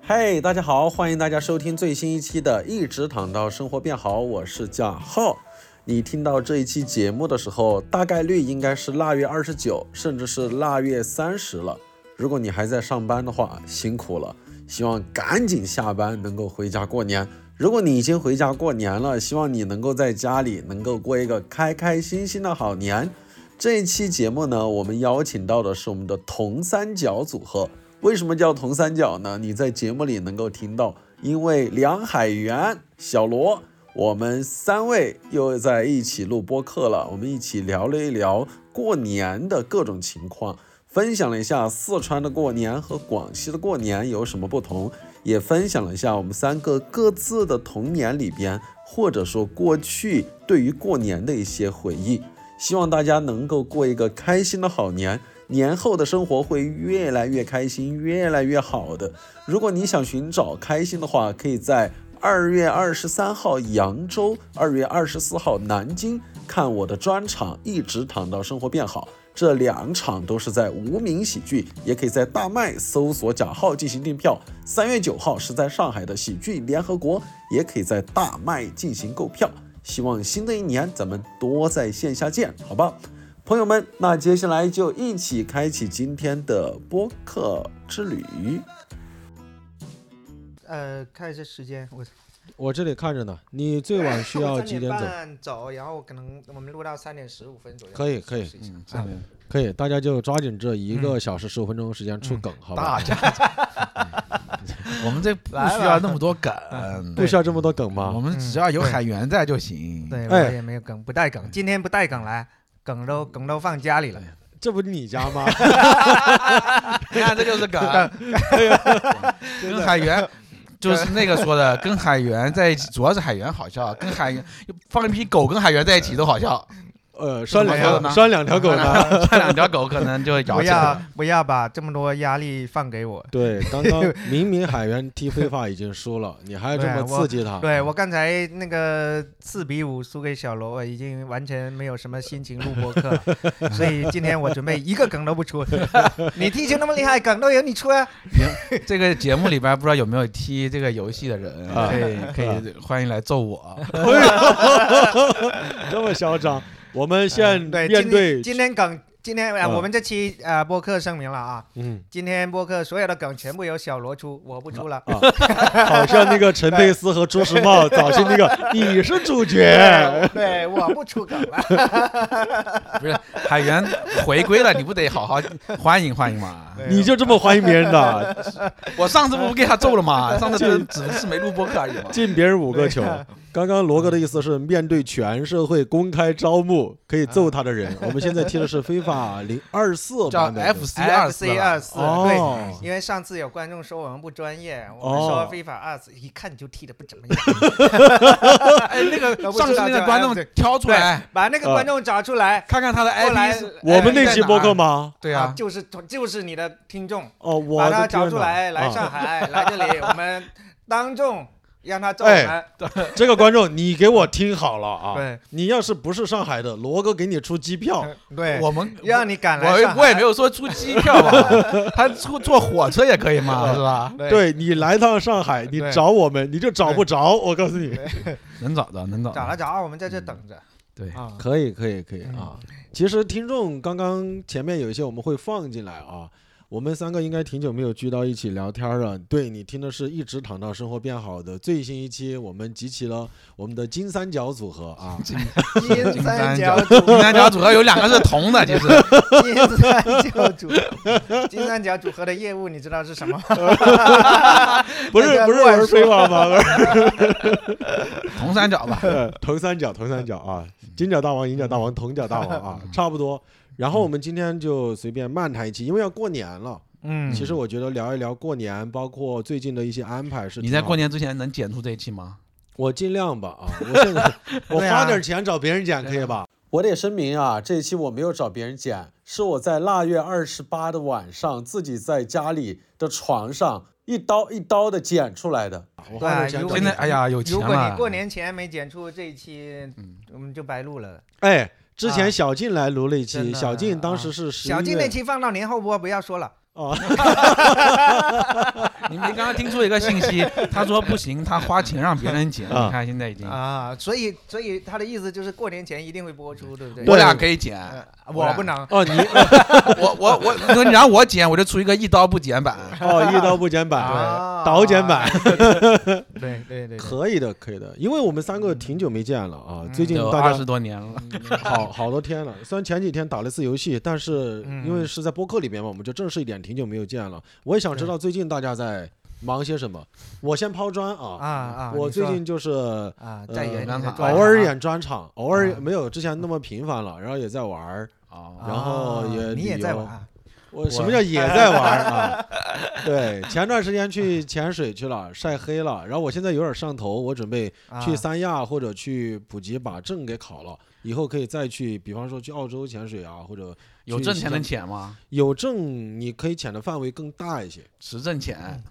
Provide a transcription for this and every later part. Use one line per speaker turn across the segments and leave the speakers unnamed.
嗨，大家好，欢迎大家收听最新一期的《一直躺到生活变好》，我是蒋浩。你听到这一期节目的时候，大概率应该是腊月二十九，甚至是腊月三十了。如果你还在上班的话，辛苦了，希望赶紧下班能够回家过年。如果你已经回家过年了，希望你能够在家里能够过一个开开心心的好年。这一期节目呢，我们邀请到的是我们的铜三角组合。为什么叫铜三角呢？你在节目里能够听到，因为梁海源、小罗，我们三位又在一起录播客了。我们一起聊了一聊过年的各种情况，分享了一下四川的过年和广西的过年有什么不同，也分享了一下我们三个各自的童年里边，或者说过去对于过年的一些回忆。希望大家能够过一个开心的好年，年后的生活会越来越开心，越来越好的。如果你想寻找开心的话，可以在二月二十三号扬州，二月二十四号南京看我的专场，一直躺到生活变好。这两场都是在无名喜剧，也可以在大麦搜索贾浩进行订票。三月九号是在上海的喜剧联合国，也可以在大麦进行购票。希望新的一年咱们多在线下见，好吧，朋友们，那接下来就一起开启今天的播客之旅。
呃，看一下时间，我
我这里看着呢，你最晚需要
三
几
点
点走？
半走，然后可能我们录到三点十五分左右。
可以可以嗯
休息一下啊
下面
可以，大家就抓紧这一
嗯
个小时十五分钟时间出梗，好吧
大？家， 我们这不
哎来
需
吧嗯
要那么多 梗，
不需要这么多梗
我
吗？
们只要有海源在就行。
对，
哎嗯
我也没有梗，不带梗，今天不带梗来，梗都梗都放家里了。
这不是你家吗？
你看这就是梗， 跟海源。就是那个说的，跟海源在一起，主要是海源好笑，跟海源放一匹狗跟海源在一起都好 笑，
呃，拴两
怎么
条
样呢
拴两条
嗯
狗呢？
串两条狗可能就咬
不
起来
要
了。
不要把这么多压力放给我。
对，刚刚明明海源踢非法已经输了，你还这么刺激他？
对我刚才那个四比五输给小罗，我已经完全没有什么心情录播客了，所以今天我准备一个梗都不出。 你踢球那么厉害，梗都由你出啊！
这个节目里边不知道有没有踢这个游戏的人，
啊
可以可以欢迎来揍我。
这么嚣张？我们现
嗯对，
面
今天，
对
今天梗，今天、呃
嗯
我们这期呃播客声明了啊，
嗯，
今天播客所有的梗全部由小罗出，我不出了。
啊，好像那个陈佩斯和朱时茂早期那个，你是主角
哎
对，对，我不出梗了。
不是海源回归了，你不得好好欢迎欢迎吗？
对
你就这么欢迎别人的，
我上次不给他揍了吗？上次只只是没录播客而已嘛。
进别人五个球。刚刚罗哥的意思是，面对全社会公开招募可以揍他 的人，我们现在踢的是非法零二四
叫
版本
FC 二
FC
四啊
二哎四，啊对。
哦，
因为上次有观众说我们不专业，我们说
哦
非法二次，一看就踢的不怎么样。
哎，那个
不知道
上次那
叫
个观众
FC
挑出来，哎
把那个观众找出来，
看看他的
后来哎
IP 是。
我们那
在
期
哪
播客吗？
对
啊
啊，，
就是就是你的听众，
哦，我
把
的
他
天
找
哪
出来，来
啊
上海，来这里，我们当众让他揍我
哎
们。
这个观众，你给我听好了啊！
对
你要是不是上海的，罗哥给你出 机票，
对，
我们
让你赶来上
我我也
海
没。有说出机票 吧，他坐坐火车也可以嘛，是吧？
对你来趟上海，你
对
找我们，你就找不着。我告诉你，
能找着，能找
找
着。
得着，我们在这
嗯
等着。
对
啊，
可以，可以，可以
嗯
啊！其实听众刚刚前面有一些我们会放进来啊。我们三个应该挺久没有聚到一起聊天了。对你听的是一直躺到生活变好的最新一期，我们集齐了我们的金三角组合 啊，
金三角主，
金三角主要有两个是同 的，其实
金三角主，金三角组合的业务你知道是什 么吗？
不是
大家
不是
乱
玩飞法吗？
同三角吧。
呃， 铜三角，铜三角啊，金角大王、银角大王、铜角大王啊， 差不多。然后我们今天就随便漫谈一期，因为要过年了。
嗯
其实我觉得聊一聊过年，包括最近的一些安排是。
你在过？年之前能剪出这一期吗？
我尽量吧啊！我现 在我
对啊
花点钱找别人剪可以吧？啊我得声明啊，这一期我没有找别人剪，是我在腊月二十八的晚上自己在家里的床上一刀一刀的剪出来的。啊我花点
对
钱嗯
如
找
果
现
别
在
人。
哎呀，有钱
如果
了。
你过年前没剪出这一期，我们就白录了。
哎，之前
啊
小静来录了一期，
真的
小静当
啊
时是十一
小静
月
那期放到年后播，不要说了。
哦，
你们刚刚听出一个信 息，他说不行，他花钱让别人剪，
啊
你看现在已经，
啊，所以所以他的意思就是过年前一定会播出，对不对？
我俩可以剪，
呃我不能，
哦，你
我我我，你说你让我剪，我就出一个一刀不剪 版。
哦，一刀不剪版，
啊
导剪版，
对对对，
可以的，可以的，因为我们三个挺久没见了啊，
嗯
最近
有
大
二
家嗯
十多年了，
好好多天了。虽然前几天打了一次游戏，但是
嗯
因为是在播客里面嘛，我们就正式一点，挺久没有见了。我也想知道最近大家在忙些什么。我先抛砖
啊
啊，
啊，
我
你
最
说
近就是
啊
呃
在演
刚
你的
好
专
偶
场
尔
啊
演专场，偶尔
啊
没有之前那么频繁了，然后也在玩儿。
哦，
然后
啊
也
你
旅
也在
游
玩啊
我什么叫也在玩儿 啊？对，前段时间去潜水去了，晒黑了，然后我现在有点上头，我准备
啊
去三亚或者去普吉把证给考了，以后可以再去，比方说去澳洲潜水啊，或者
有
去
挣
新
钱
疆
能潜吗？
有证你可以潜的范围更大一些，
只挣钱，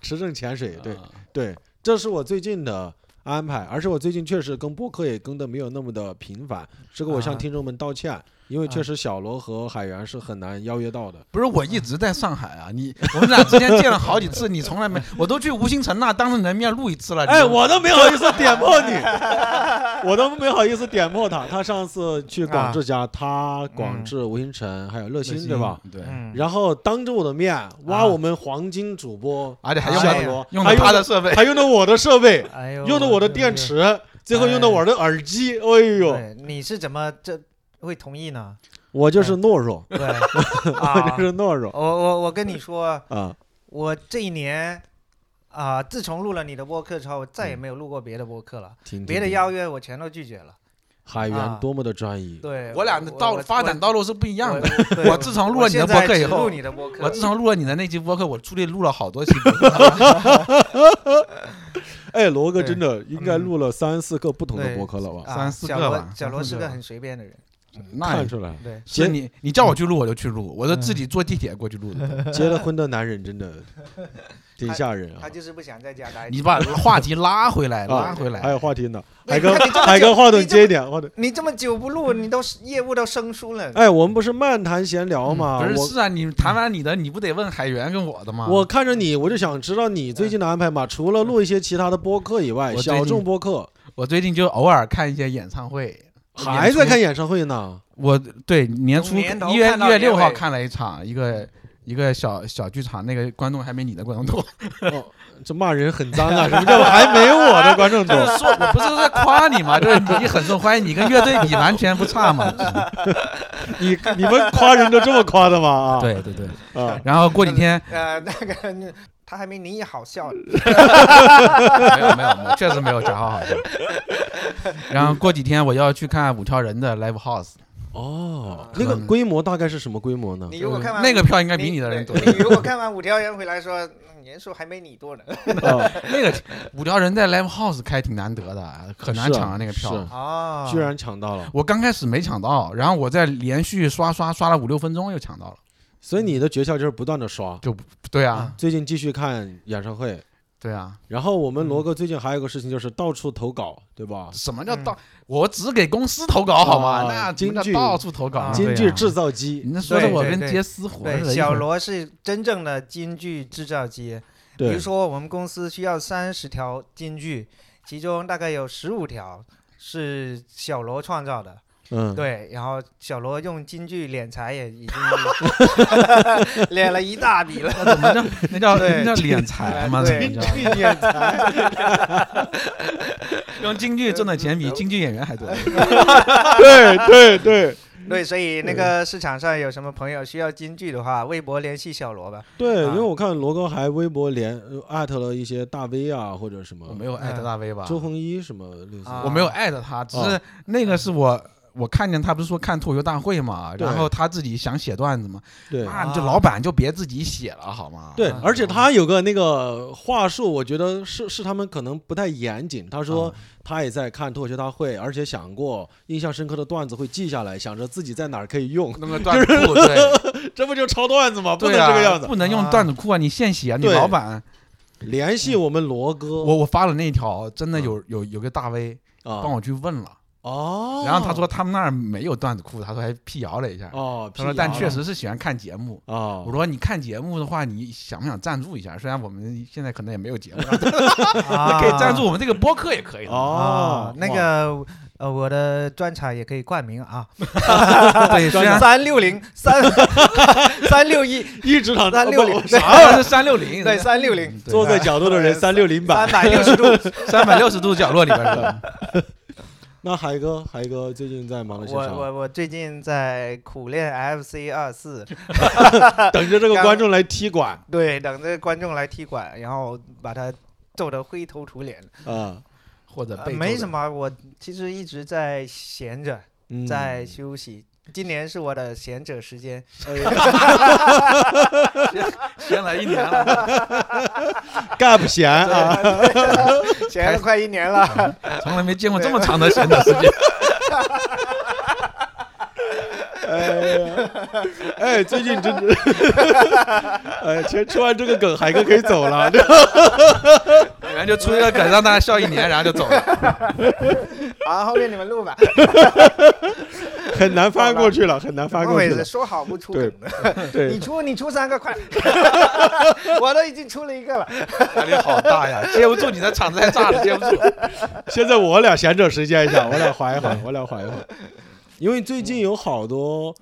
持证潜水，对、
啊
对，这是我最近的安排，而且我最近确实更播客也更的没有那么的频繁，这个我向
啊
听众们道歉，因为确
啊
实小罗和海源是很难邀约到的。
不是我一直在上海啊，你我们俩之间见了好几次，你从来没，我都去吴兴城那当着你的面录一次了。你
哎，我都没好意思点破 你，我都没好意思点破他。他上次去广智家，他广智、吴星辰还有乐
心
心，对吧？？
对，
嗯
然后当着我的面挖我们黄金主播
而且啊哎还
用
小
了
罗，
用
啊还
了
用
他的设 备，
还用的我的设备，
哎呦
用的我的电，池，最后用的我的耳机。哎
对
呦，
哎对你是怎么这会同意 呢？
我就是懦弱，
对，
我
哎啊
就，是懦弱
我我我跟你说，
啊！
我这一年啊，自从录了你的播客之后，我
嗯
再也没有录过别的播客了，
听
别的邀约我全都拒绝了。
海
啊
源多么的专一，
对
我俩的道发展道路是不一
一
样的。
的
我自从录了你的播客以后
录你的播客，
我自从录了你的那期播客，我出去录了好多期播客。
哎，罗哥
对
真的应该
嗯
录了三四个不同的
对
播客了吧？
啊
三四
小
个
罗
吧
小罗是
三四个
个
吧
很随便的人，
那
看
也
出来，
对，
是
行
你，你叫我去录我就去录，我是自己坐地铁过去录的。
结了婚的男 人真的挺吓人啊
他！就是不想在家待着。
你把话题拉回 来，
啊
拉回来。
还有话题呢，
对
海哥
你看你这么久
海哥话筒
你这么
接一点，话筒。
你这么久不录，你都业务都生疏了。
呃
哎，我们不是漫谈闲聊
嗯
嘛？
不是
我
是啊，你谈完你的，你不得问海源跟我的吗？
我看着你，我就想知道你最近的安排
嗯
嘛？除了录一些其他的播客以外，
我最近
小众播客
我最近就偶尔看一些演唱会，
还在看演唱会呢。
我对年初
从年头
一月
看
一
到
月
年
六号
尾
看了一场，一个一个小小剧场，那个观众还没你的观众 多。
哦，这骂人很脏啊！什么叫还没我的观众
就
多？
是说我不是在夸你吗？就是你很受欢迎，你跟乐队比完全不差 嘛。
你你们夸人都这么夸的吗？啊，
对对对。
啊，
然后过几 天
呃，那个他还没你好笑
嗯
呢。
没有没有没有，确实没有贾浩好笑。然后过几天我要去看五条人的 live house，
哦，
可
那
能
个规模大概是什么规模呢？
你如果看完
那个票应该比你的人多。
你如果看完五条人回来说，嗯人数还没你 多呢。
啊，
那个五条人在 live house 开挺难得的，很难
是啊
抢到那个
是
票
啊。
哦
居然抢到了。
我刚开始没抢到，然后我再连续刷刷刷了五六分钟又抢到了。
所以你的诀窍就是不断的刷，
对啊，
最近继续看演唱会。
对啊，
然后我们罗哥最近还有个事情就是到处投稿，对吧？
什么叫
嗯
到？我只给公司投稿好吗？
啊
那
京
那
剧
到处投稿
啊，
京
对
剧
啊
制造机，
你那说的
对
我
对
跟
对
接私活
对
似的。
小罗是真正的京剧制造机。比
对
如，说，我们公司需要三十条京剧，其中大概有十五条是小罗创造的。
嗯，
对，然后小罗用京剧敛财也已 经 敛了一大笔了。
那怎么叫 那叫
对
那叫敛财吗？怎
对，京
么叫
剧敛财。
用京剧挣的钱比京剧演员还多？
对对对
对，所以那个市场上有什么朋友需要京剧的话，微博联系小 罗吧。
对，
啊
因为我看罗哥还微博连呃艾特了一些大 V 啊或者什
我
么
哦没
嗯
有艾特大 V 吧？
周鸿祎什么类似的，
啊
我没有艾特他，只
哦
是那个是我。我看见他不是说看脱口秀大会嘛，
对
然后他自己想写段子嘛，
对
那
啊
你这老板就别自己写了好吗？
对
啊，
而且他有个那个话术，我觉得是是他们可能不太严谨。他说
啊
他也在看脱口秀大会，而且想过印象深刻的段子会记下来，想着自己在哪儿可以用，
弄个段子库，对，
这不就抄段子吗？不能
对啊
这个样子。
不能用段子库啊，你现写啊，你
对
老板，
联系我们罗哥，
我我发了那条，真的有有有个大 V
啊
帮我去问了，
哦，
然后他说他们那儿没有段子库，他说还辟谣了一下。
哦，
他说
辟
但
谣
确
了
实是喜欢看节目。我
哦，
说你看节目的话，你想不想赞助一下？虽然我们现在可能也没有节目，
啊
可以赞助我们这个播客也可以的。
啊，，
哦
那个呃，我的专场也可以冠名 啊，
对，虽然
三六零 三三六一
一直躺
三六零
啥是三六零，
对三六零
坐在角落的人三六零
三
版。
百六十度，
三百六十度角落里边的。
那海哥，海哥最近在忙着些
我
啥？
我我最近在苦练 FC 二四，
等着这个
刚
观众来踢馆
对，等着观众来踢馆，然后把他揍得灰头土脸。
啊，
或者
呃
被
没
揍
什
的
么，我其实一直在闲着，
嗯
在休息。今年是我的闲者时间，
闲来一年了，
gap 闲啊，
闲了快一年 了。
从来没见过这么长的闲的时 间。
哎，最近真的，哎，先吃完这个梗，海哥可以走 了。
然后就出一个梗让大家笑一年，然后就走了。
好，后面你们录吧。
很难翻过去了，很难
怎
翻
么
过
回
去
事？
了。
说好不出
对
梗的，你
对，
出你出三个 快，我都已经出了一个了。
压力好大呀，接不住你的场子太炸了，接不 住。
现在我俩闲者时间一下，我俩缓 一缓，我俩缓一缓，因为最近有好多。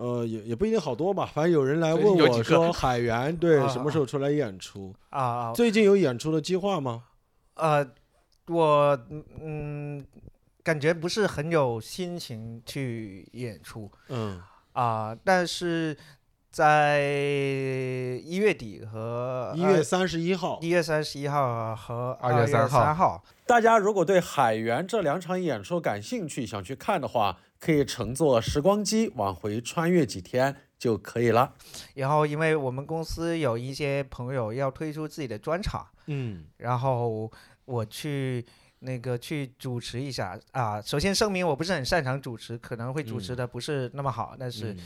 呃，也也不一定好多吧，反正有人来问
最近有
我
几个
说，海源对
啊
什么时候出来演出？
啊
最近有演出的计划吗？
呃，我嗯，感觉不是很有心情去演出。
嗯，
啊、但是在一月底和
一月三十一号
呃一。月三十一号和
2
月
月3号
三号，
大家如果对海源这两场演出感兴趣，想去看的话，可以乘坐时光机往回穿越几天就可以了。
然后因为我们公司有一些朋友要推出自己的专场，
嗯，
然后我去。那个去主持一下啊！首先声明，我不是很擅长主持，可能会主持的不是那么好，但是
嗯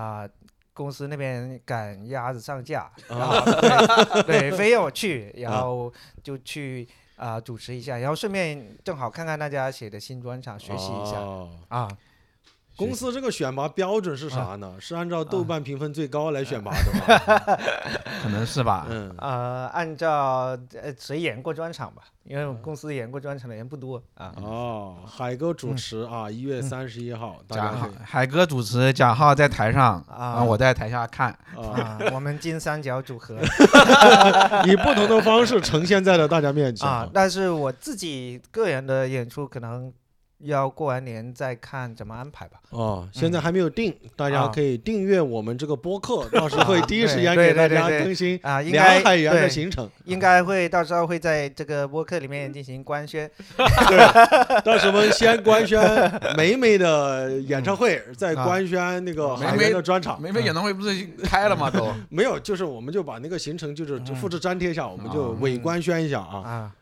啊、公司那边赶鸭子上架，然
啊
后 对对，非要我去，
啊
然后就去啊、主持一下，然后顺便正好看看大家写的新专场，学习一下、
哦
啊。
公司这个选拔标准是啥呢？是按照豆瓣评分最高来选拔的吗？
可能是吧，
嗯，
呃，按照呃谁演过专场吧，因为我们公司演过专场的人不多啊。
哦，海哥主持
嗯
啊，一月三十一号，大
贾
家
浩
可以
海哥主持，贾浩在台上，
啊
然后我在台下看。
啊，
啊，我们金三角组合啊
以不同的方式呈现在了大家面前
啊，但是我自己个人的演出可能要过完年再看怎么安排吧。
哦，现在还没有定，大家
啊
可以订阅我们这个播客，到时候会第一时 间
对
给大
对对
家
对
更新
啊，应
梁
该
海源的
对
行程。
应该会到时候会在这个播客里面进行官宣。
到时候先官宣梅梅的演唱会，
嗯
再官宣那
啊
个海源的专场。
梅梅演唱会不是开了吗？都
没有，就是我们就把那个行程就是就复制粘贴一下，我们就伪官宣一下啊。
啊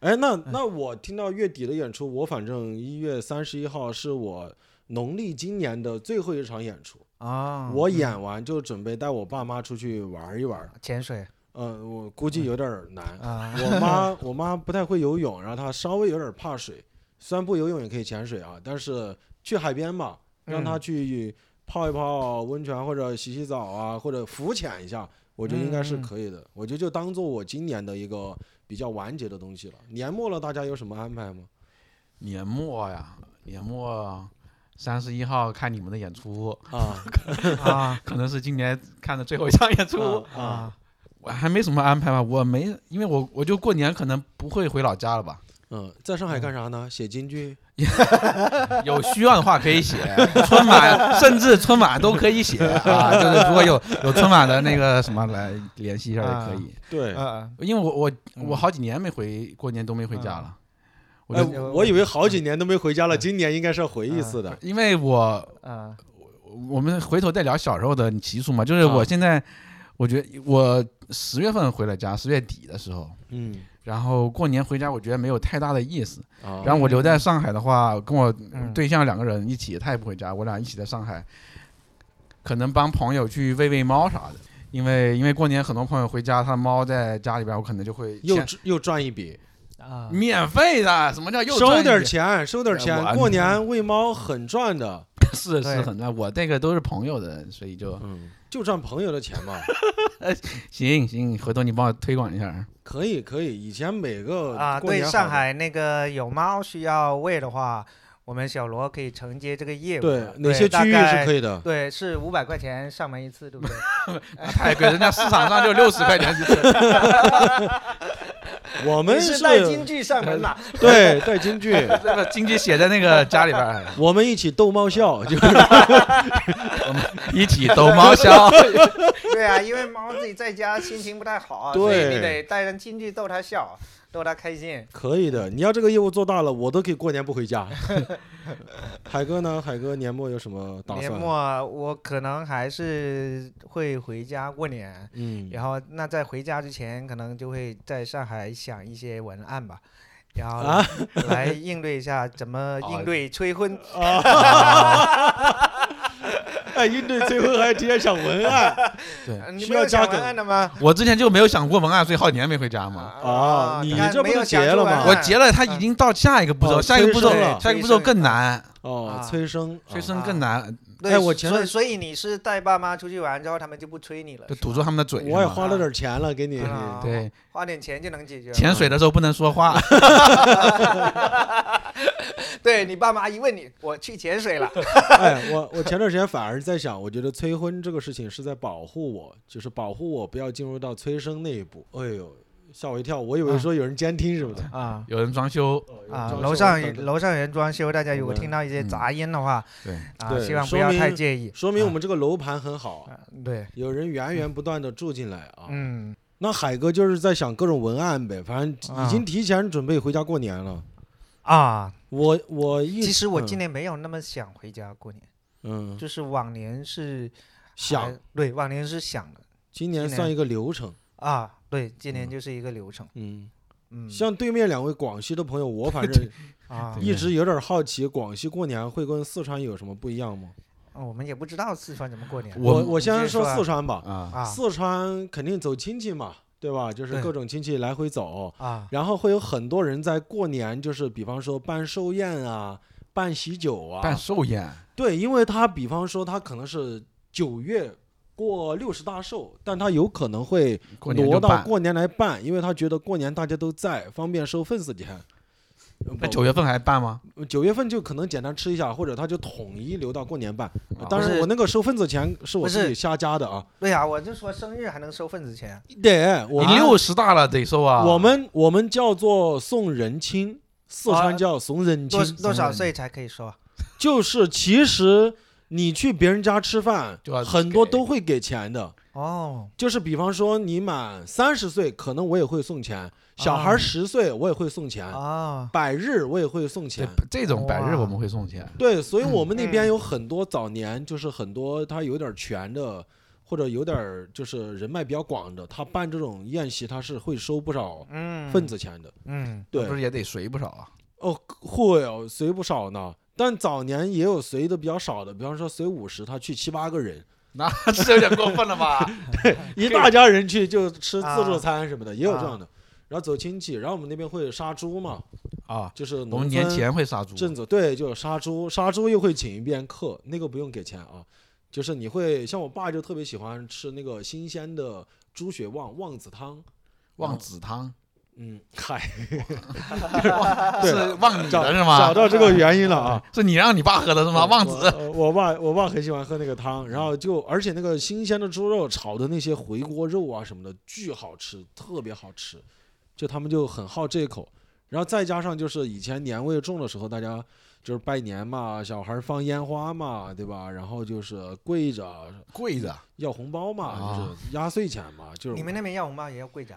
哎，那那我听到月底的演出，我反正一月三十一号是我农历今年的最后一场演出，
啊！
我演完就准备带我爸妈出去玩一玩。
潜水
嗯，我估计有点儿难。
啊
我妈 我妈不太会游泳，然后她稍微有点怕水，虽然不游泳也可以潜水啊，但是去海边嘛，让她去泡一泡温泉或者洗洗澡啊，或者浮潜一下，我觉得应该是可以的。我觉得就当做我今年的一个比较完结的东西了。年末了，大家有什么安排吗？
年末呀，年末三十一号看你们的演出，
啊
啊
可能是今年看的最后一场演出。
啊啊！
啊！
我还没什么安排吧，我没，因为我我就过年可能不会回老家了吧。
嗯，在上海干啥呢？写京
嗯
剧。
有需要的话可以写春晚，甚至春晚都可以写啊。就是如果有有春晚的那个什么来联系一下也可以。
对
啊
因为我我我好几年没回过年都没回家了，我嗯
哎，
就
我以为好几年都没回家了，今年应该是要回一次的。
因为我
啊
我们回头再聊小时候的习俗嘛，就是我现在我觉得我十月份回了家，十月底的时候。
嗯，
然后过年回家，我觉得没有太大的意思。
啊
然后我留在上海的话，跟我
嗯
对象两个人一起，他也不回家，我俩一起在上海，可能帮朋友去喂喂猫啥的。因为因为过年很多朋友回家，他的猫在家里边，我可能就会
又
先
又赚一笔。
啊，
免费的，什么叫啊又赚
收
一
点钱，收点
哎
钱，
我
过年喂猫很赚的，
是
对
是很赚。我那个都是朋友的，所以就
嗯，就赚朋友的钱嘛。
行行，回头你帮我推广一下。
可以可以，以前每个
啊，
呃过
对
年好
上
的
海那个有猫需要喂的话，我们小罗可以承接这个业务
对
的。
哪些区域是可
以？
以的？
对，是五百块钱上门一次，对不对？
啊太贵，人家市场上就六十块钱一次。
我
我
们
是
是呃
带京剧上门 呐，
对带京剧，
这个京剧写在那个家里边儿，
我们一起逗猫笑，就是
我们一起逗猫笑。
对啊，因为猫自己在家心情不太好，
对
所以你得带上京剧逗它笑，逗它开心。
可以的。你要这个业务做大了，我都可以过年不回家。海哥呢？海哥年末有什么打
年
算？
末我可能还是会回家过年，
嗯，
然后那在回家之前，可能就会在上海想一些文案吧，然后
啊哦
来应对一下怎么应对催婚。
哎，应对催婚还直接想文案
对，
呃你
需
没
要
有想
加梗
文案的吗？
我之前就没有想过文案，所以好几年没回家嘛。
啊你
看
这不
没有
是
想
结
出
了
文
吗
案
我结了，他已经到下一个步骤，
啊嗯哦
下一个步骤
催生了，
下一个步骤更难，
哦
啊，
催生，
催
啊
生更难，
对
哎我前
所
段
以所以你是带爸妈出去玩之后，他们就不催你了，
就是堵
吗
住他们的嘴。
我也
是吗
花了点钱了，给你。
啊
对，
花点钱就能解决了。
潜水的时候不能说话，
对你爸妈一问你，我去潜水 了，
哎，我我前段时间反而在想，我觉得催婚这个事情是在保护我，就是保护我不要进入到催生那一步。哎呦，吓我一跳，我以为说有人监听什 么的。
啊
有人装修，
啊！
装修
楼
等
上
等
楼上有人装修，大家如果
我们
听到一些
嗯
杂音的话，
对
啊，
对
希望不
说
要
明
太介意。
说明我们这个楼盘很好，
啊对，
有人源源不断的住进来啊。
嗯，
那海哥就是在想各种文案呗，反正已经提前准备回家过年了。
啊，
我我一
其实我今
嗯
年没有那么想回家过年，
嗯
就是往年是
想
还，对，往年是想的
今年
今年
算一个流程。
啊，对，今年就是一个流程，
嗯，
嗯，
像对面两位广西的朋 友，我反正
啊，
一直有点好奇，广西过年会跟四川有什么不一样吗？
我们也不知道四川怎么过年
我
我
我
你
先
先
说
说啊
四川吧，
啊，
啊
四川肯定走亲戚嘛，对吧？就是
对
各种亲戚来回走，
啊
然后会有很多人在过年，就是比方说办寿宴啊，办喜酒啊，
办寿宴，
对，因为他比方说他可能是九月过六十大寿，但他有可能会
过年
挪
就
到
办。
过年来办，因为他觉得过年大家都在，方便收份子钱。
那九月份还办吗？
不九月份就可能简单吃一下，或者他就统一留到过年办。
啊
不
当然，
是
我那个收份子钱是我
不是
自己瞎加的啊。
对呀，我就说生日还能收份子钱
对，我
你
们
六十大了得收啊。
我们我们叫做送人亲，四川叫怂人亲
多，多少
嗯
岁才可以收啊？
就是其实你去别人家吃饭
就要，
很多
给
都会给钱的。
哦，
就是比方说你满三十岁，可能我也会送钱；小孩
啊
十岁我也会送钱，
啊，
百日我也会送钱
对。这种百日
哇
我们会送钱，
对，所以我们那
嗯
边有很多早年就是很多他有点权的，或者有点儿就是人脉比较广的，他办这种宴席他是会收不少
嗯，
份，子钱的。
嗯，
对
不，是也得随不少啊？
哦，会有随不少呢。但早年也有随的比较少的，比方说随五十，他去七八个人，
那是有点过分了吧？
一大家人去就吃
啊
自助餐什么的，也有这样的。然后走亲戚，然后我们那边会杀猪嘛，
啊，
就是
我
农
们
村
年前会杀猪，
镇子对，就杀猪，杀猪又会请一遍客，那个不用给钱啊，就是你会像我爸就特别喜欢吃那个新鲜的猪血旺旺子汤，
望子汤
嗯，嗨， 对
是望你
找
的是
找
吗？
到这个原因了啊。
是你让你爸喝的是吗？望子
我我爸我爸很喜欢喝那个汤，然后就而且那个新鲜的猪肉炒的那些回锅肉啊什么的，巨好吃，特别好吃，就他们就很好这口。然后再加上就是以前年味重的时候，大家就是拜年嘛，小孩放烟花嘛，对吧？然后就是跪着
跪着，
要红包嘛，
啊
就是压岁钱嘛，就是
你们那边要红包也要跪着？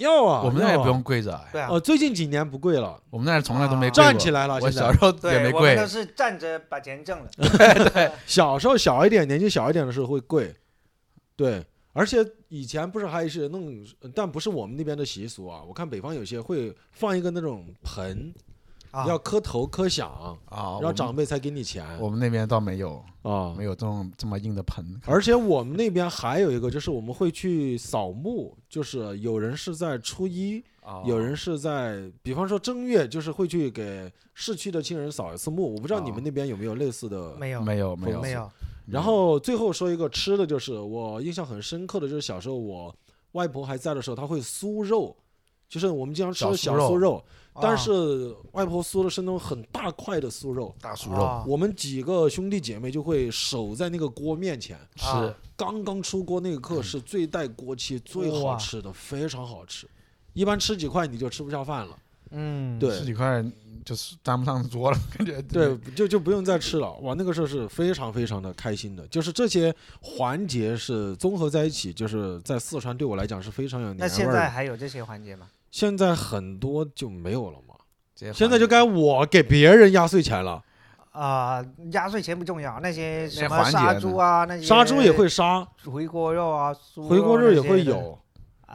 要啊，
我们那也
要啊
不用跪着，
对啊，
哦，最近几年不贵了，
我们那儿从来都没
啊
跪过
站起来了，
我
现在
小时候也没
对，我们
跪
都，是站着把钱挣了。
小时候小一点，年纪小一点的时候会跪，对，而且以前不是还是那种，但不是我们那边的习俗啊。我看北方有些会放一个那种盆，
啊
要磕头磕响，
啊，
然
我
后
们
长辈才给你钱
我们那边倒没有，
啊
没。有这种这么硬的盆。
而且我们那边还有一个，就是我们会去扫墓，就是有人是在初一，啊
啊
有人是在，比方说正月，就是会去给逝去的亲人扫一次墓。我不知道你
啊
们那边有没有类似的。
没有
没有没有
没有，
然后最后说一个吃的，就是我印象很深刻的就是小时候我外婆还在的时候，她会酥肉，就是我们经常吃的
小
小
酥
酥
肉
肉，但
啊
是外婆酥的是那种很大块的酥肉。
大熟肉
啊
我们几个兄弟姐妹就会守在那个锅面前，
啊
吃，
刚刚出锅那一刻是最带锅气、最好吃的，非常好吃。一般吃几块你就吃不下饭了，
嗯，
十
对
几块就是端不上桌了，感觉
对，就就不用再吃了。哇，那个时候是非常非常的开心的，就是这些环节是综合在一起，就是在四川对我来讲是非常有
那
年味
现
儿
在
的。
还有这些环节吗？
现在很多就没有了嘛，
这些
现在就
环
该我给别人压岁钱了，
啊，压岁钱不重要，那些什么
环节
杀
呢
猪啊，那些
杀猪也会杀，
回锅肉啊，酥
回锅肉
肉
也
那些
会
的啊
有。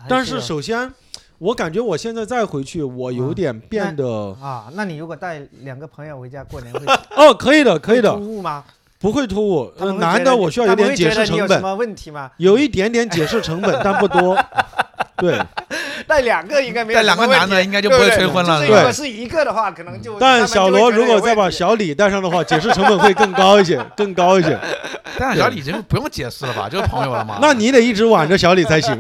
但
还
是
是嗯
首先，我感觉我现在再回去，我有点变得
有啊，那你如果带两个朋友回家过年 会
哦，可以的，可以
会
的，
突兀吗？
不会突兀。
他
呃，
们会
男
觉
的
得
我
你
需要
他
有
们
点
会觉
解
得
释
你
成
有什
本，
么问题吗？
有一点点解释成本，但不多。 对，
带两个应该没有
带
什
两
么
个
问题。
男的应该就不会
对
催婚了
就是
是
如
吧
果是一个的话，可能就
但小罗如果再把
小
小李带上的话，解释成本会更高一些，更高 一些。。
啊
但小李这个不用解释了吧，就是朋友了 嘛
那你得一直挽着小李才行。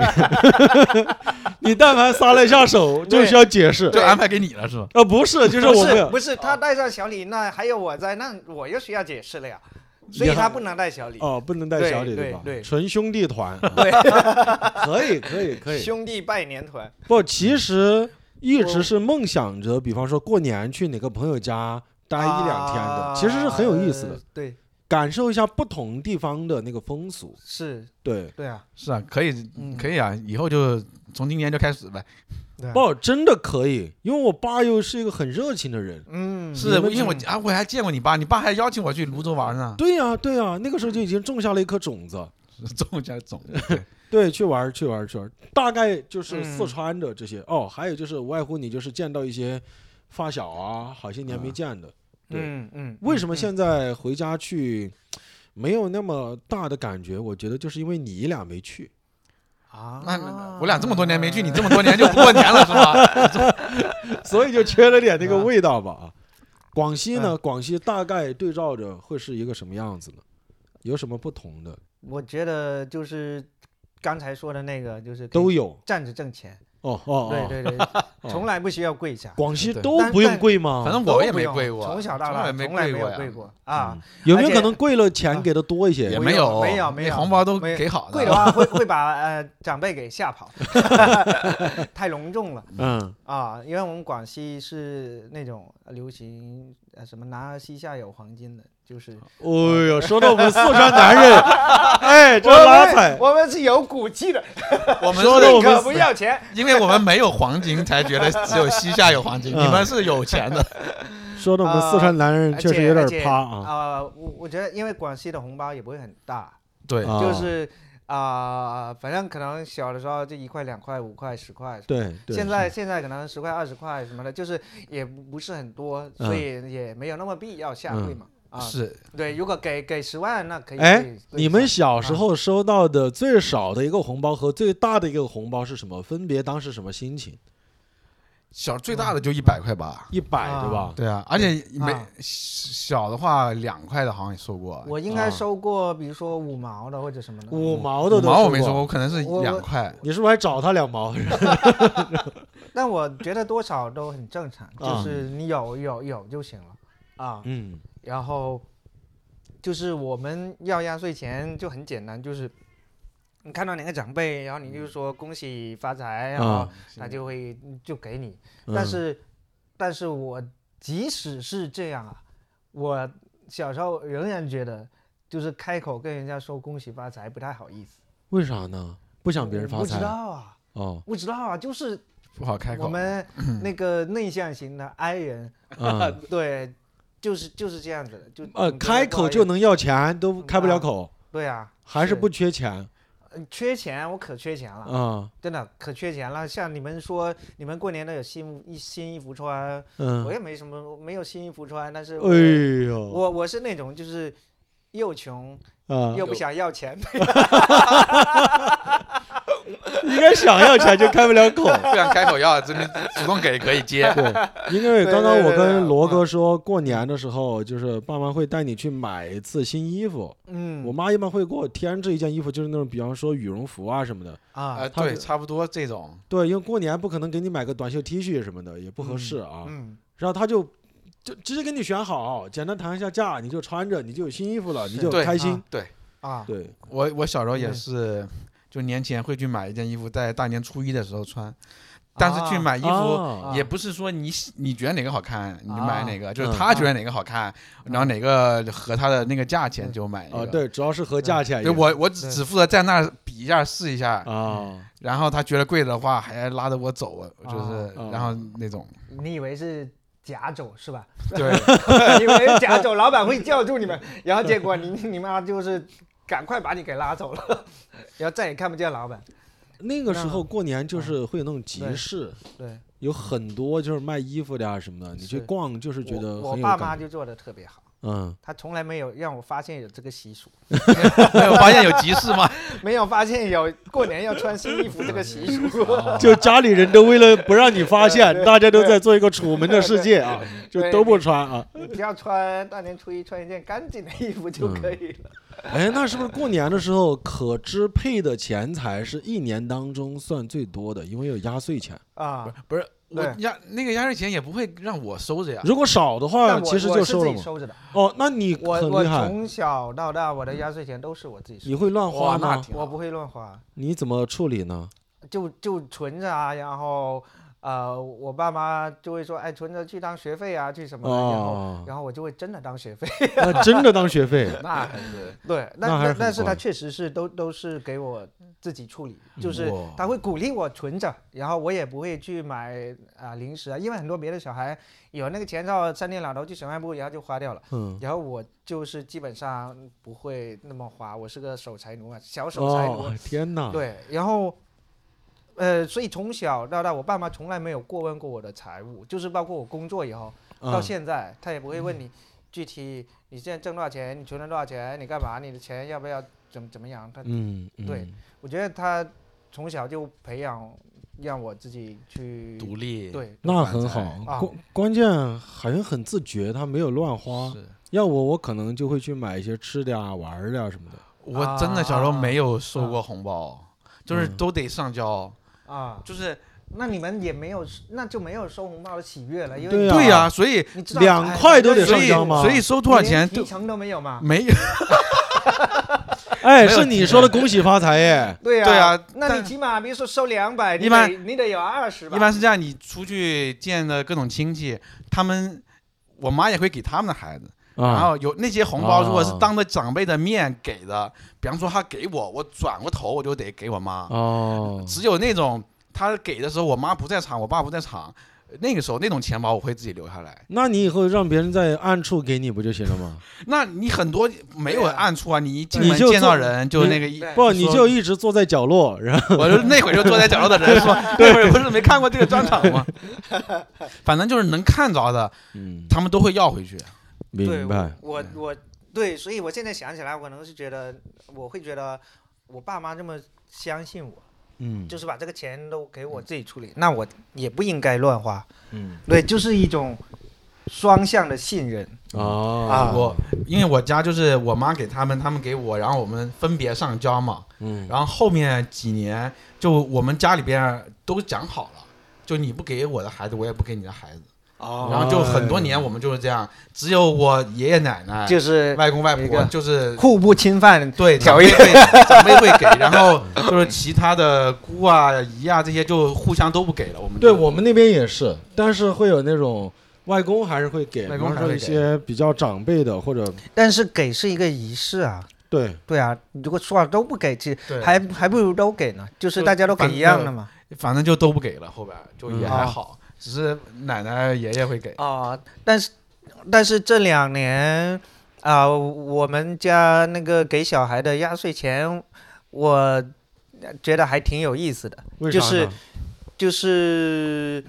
你但凡撒了一下手，就需要解释。
就安排给你了是吧？
呃，不是，就是我
不是
们
不是他带上小李，那还有我在，那我又需要解释了呀，所
也
以
还
他不能带小李。
哦，不能带小李
对
吧？
对对
纯兄 弟团，啊
对，
可以，可以，可以。
兄弟拜年团
不，其实一直
我
是梦想着，比方说过年去哪个朋友家待一两天的，其实是很有意思的
啊，对，
感受一下不同地方的那个风俗。
是，
对，
对啊，
是啊，可以
嗯
可以啊，以后就从今年就开始呗。
对啊，
不，哦真的可以，因为我爸又是一个很热情的人。
嗯，
是
你们
因为我啊，我还见过你爸，你爸还邀请我去泸州玩呢，
对呀、对呀、那个时候就已经种下了一颗种子。
种下种。
对，去玩儿，去玩儿，去玩儿。大概就是四
嗯
川的这些、哦，还有就是无外乎你就是见到一些发小啊，好些年没
啊
见的。对
嗯嗯，
为什
嗯
么现在回家去没有那么大的感觉？我觉得就是因为你俩没去。
啊？
那那我俩这么多年没去，你这么多年就不过年了 是吧？
所以就缺了点那
嗯
个味道吧。啊，广西呢，广西大概对照着会是一个什么样子呢？有什么不同的？
我觉得就是刚才说的那个，就是可以
都有
站着挣钱，
哦哦，
对
哦，
对 对，
哦
从来不需要跪下，
广西
对
都
但
不用
但
跪吗？
反正我也
都不
没
用
跪过，
从小到
从
大
来没
从来没有
过
跪
呀，嗯
过啊。
有没有
而且
可能跪了钱给的多一些？
也
我
没
有
有
没有没
那
有
红包都
没有
给好
跪
的
的 话会会把呃长辈给吓跑， 太隆重了
嗯
啊！因为我们广西是那种流行呃什么“男儿膝下有黄金”的，就是
哎 呦，说到我们四川男 人，哎， 这
我们
拉踩，
我们是有骨气的，
我们
说
是
的我
可
们
不要钱。
因为我们没有黄金，才觉得只有西夏有黄金。
嗯
你们是有钱的，
说的我们四川男人
而
嗯确实
且
有
啊而且
点趴啊。
啊、我我觉得因为广西的红包也不会很大，
对
啊
就是啊、反正可能小的时候就一块、两块、五块、十块。
对对，
现在现在可能十块二十块什么的，就是也不是很多，所
嗯
以也没有那么必要下跪嘛。啊，
是
对，如果给给十万，那可以。
哎
可以
你们
跪下
小时候收到的最少的一个红包和最大的一个红包是什么？分别当时什么心情？
小最大的就一百块吧。
一百
啊
对吧？
对啊，而且没
啊
小的话两块的，好像也收过。
我应
啊
该收过，比如说五毛的或者什么的。
五毛的
五
都
毛我
收
没
过
收过，我可能是
我
两块。
你是不是还找他两毛？
嗯但我觉得多少都很正常，就
啊
是你有有有就行了啊。
嗯
然后就是我们要压岁钱就很简单，就是你看到哪个长辈，然后你
嗯
就说恭喜发财，然后
啊
他就会就给你。
嗯
但是，但是我即使是这样啊，我小时候仍然觉得。就是开口跟人家说恭喜发财不太好意思，
为啥呢？不想别人发
我不知
财
道啊，
哦，
不知道啊，就是
不好开口。
我们那个内向型的 I 人，
嗯
对，就是就是这样子的，就
呃，
你觉得
开
不
口
好意
就
思
能要钱，都开不了口，
对啊，
还是不缺钱。
呃缺钱，我可缺钱了，
啊，
真的可缺钱了。像你们说，你们过年都有新衣新衣服穿，
嗯
我，也没什么，没有新衣服穿，但是我、
哎呦，
我我是那种就是又穷
啊，
又不想要钱，
应该想要钱就开不了 口。
不想开口要，这边主动给可以接。
对，因为刚刚
对对
我
对
跟
对
罗哥
嗯
说，过年的时候就是爸妈会带你去买一次新衣服。
嗯，
我妈一般会给我添置一件衣服，就是那种比方说羽绒服啊什么的。
啊
啊，，
他
对，
是
差不多这种。
对，因为过年不可能给你买个短袖 T 恤什么的，也不合
嗯
适啊。
嗯，
然后他就就直接给你选好，简单谈一下价，你就穿着，你就有新衣服了，你
是
就
对
开心
啊。啊，
对，
我我小
嗯
时候也是，就年前会去买一件衣服，在大年初一的时候穿，但是去
啊
买衣服。
啊
也不是说你喜你觉得哪个好看，你就
啊
买哪个，就是
嗯
他觉得哪个好看，然后哪个合他的那个价钱就买哪
啊，
个。
对，主要是和价钱
哦对，嗯
也
我我只
对
只负责在那儿比一下试一下，
啊，
然后他觉得贵的话还要拉着我走，就是
啊
然后那种。
你以为是假走是吧？
对，
以为 是假走，老板会叫住你们，然后结果你你妈就是赶快把你给拉走了，然后再也看不见老板。
那个时候过年就
啊
是会有那种集
对
市，
对，
有很多就是卖衣服的啊什么的，你去
是
逛就是觉得
我我
很有
爸
感
妈
觉
就做的特别好，
嗯
他从来没有让我发现有这个习俗，
没有发现有集市吗？
没有发现有过年要穿新衣服这个习 俗。
就家里人都为了不让你发现，大家都在做一个楚门的世界啊，就
对
都不穿啊。
你只要穿大年初一穿一件干净的衣服就可以了。
哎，那是不是过年的时候可支配的钱财是一年当中算最多的？因为有压岁钱，
啊，
不是，我
对
压那个压岁钱也不会让我收着呀。
如果少的话，
但我
其实
我
就是收
自
了
己
嘛。
收着的，
哦，那你
我
很
我
厉害，
从小到大我的压岁钱都是我自己收
你
的，
会乱花
哇那
吗？
挺好
我不会乱花。
你怎么处理呢？
就就存着啊，然后呃，我爸妈就会说，哎，存着去当学费啊，去什么的，然后
哦，
然后我就会真的当 学费。
那呃真的当学费
那还是
对，
那
那
还
那
是很
但是
乖
他确实是都都是给我自己处理，就是
哇
他会鼓励我存着，然后我也不会去买啊、零食啊，因为很多别的小孩有那个钱到三天两头去小卖部，然后就花掉了。
嗯，
然后我就是基本上不会那么花，我是个守财奴啊，小守财奴。
哦，天
啊
哪，
对，然后，呃，所以从小到大，我爸妈从来没有过问过我的财务，就是包括我工作以后到
嗯
现在，他也不会
嗯
问你具体你现在挣多少钱，你存了多少钱，你干嘛，你的钱要不要怎么怎么样？他，
嗯，嗯
对，我觉得他从小就培养让我自己去
独立，啊
对
那很好
管财，
啊
关关键好像很自觉，他没有乱花。
是。
要我，我可能就会去买一些吃的啊、玩儿的啊什么的。
我真的小时候没有收过红包，就是
嗯
都得上交，
啊，
就是
那你们也没有，那就没有收红包的喜悦了，因为
对
你
啊
对啊呀，所以
你知道
两
哎
块都
你
得
们
所
上
以
交吗
所以收多少钱
你连
都
提成都没有嘛？
没有。
哎，
没有
是你说的恭喜发 财耶！
对呀、
对啊
那你
但
起码比如说收两百，你
一般
得你得有二十吧？
一般是这样，你出去见的各种亲戚，他们。我妈也会给他们的孩子，然
啊，
后有那些红包，如果是
哦
当着长辈的面给的，比方说他给我，我转过头我就得给我妈。
哦，
只有那种他给的时候，我妈不在场，我爸不在场，那个时候那种钱包我会自己留下来。
那你以后让别人在暗处给你不就行了吗？
那你很多没有
对啊
暗处啊，你一进
你
门
就
见到
坐
人就
你
那个一，
对
不，
哎说
你就一直坐在角落，然后
我就那会儿就坐在角落的 人说，那 会儿不是没看过这个专场吗？反正就是能看着的，
嗯，
他们都会要回去。
对
明白。
我
嗯
我对，所以我现在想起来，我可能是觉得，我会觉得我爸妈这么相信我，
嗯
就是把这个钱都给我自己处理，那我也不应该乱花。
嗯
对，就是一种双向的信任。
啊
啊
哦我因为我家就是我妈给他们，他们给我，然后我们分别上交嘛。
嗯
然后后面几年就我们家里边都讲好了，就你不给我的孩子，我也不给你的孩子。
哦
然后就很多年我们就是这样，只有我爷爷奶奶、
就是
外公外
一
婆
个
就是
互不侵犯。
对
条
长辈会长辈会给，然后就是其他的姑啊姨啊这些就互相都不给了。我们
对
就
我们那边也是，但是会有那种外公还是会给，
外
比
公
方
还
说
会
一
给
些比较长辈的或者
但是给是一个仪式啊。
对，
对啊，如果说都不给，其实
对
还还不如都给呢，就是
就
大家都给
反
一样
正
的嘛。
反正就都不给了，后边就也
嗯
还好，只是奶奶爷爷会给。
啊，但是但是这两年啊、我们家那个给小孩的压岁钱，我觉得还挺有意思的。
为啥
就
呢
是就是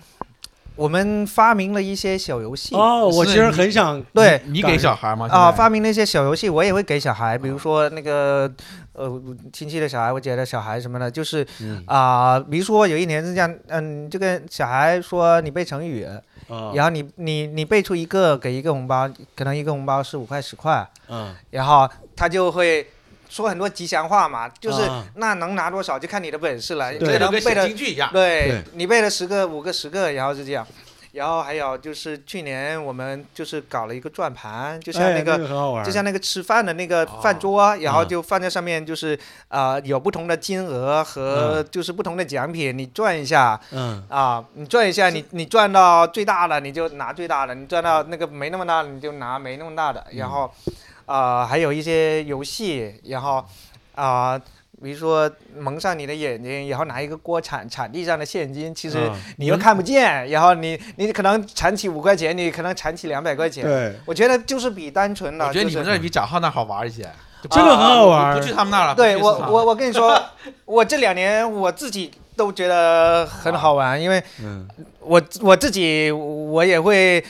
我们发明了一些小游戏啊、
哦，我其实很想
对啊
你给小孩吗？现在
发明了一些小游戏，我也会给小
啊
孩，比如说那个呃亲戚的小孩，我姐的小孩什么的，就是
嗯
啊、比如说有一年是这样，嗯，这个小孩说你背成语，
啊
然后你你你背出一个给一个红包，可能一个红包是五块十块，
嗯
然后他就会说很多吉祥话嘛，就是、
啊
那能拿多少就看你的本事了，
对
可
这就
能
跟
背
写
的
京剧一样，
对
啊对
你背了十个五个十个，然后是这样。然后还有就是去年我们就是搞了一个转盘，就像
哎
那个、
很好玩，
就像那个吃饭的那个
啊
饭桌，然
嗯
后就放在上面，就是啊、呃有不同的金额和就是不同的奖品，你转一下
嗯
啊，你转一下，你你转到最大的你就拿最大的，你转到那个没那么大的你就拿没那么大的，
嗯
然后啊、还有一些游戏，然后啊、比如说蒙上你的眼睛，然后拿一个锅铲铲地上的现金，其实
啊
你又看不见，然后你你可能铲起五块钱，你可能铲起两百块钱，
对
我觉得就是比单纯的，
我觉得
就
你们
是
那儿比贾浩那儿好玩一些，就
这个很好玩
不不去他们那儿了。
对
不去
我
他
啊
们那儿
我我跟你说，我这两年我自己都觉得很好玩，因为
嗯
我我自己我也会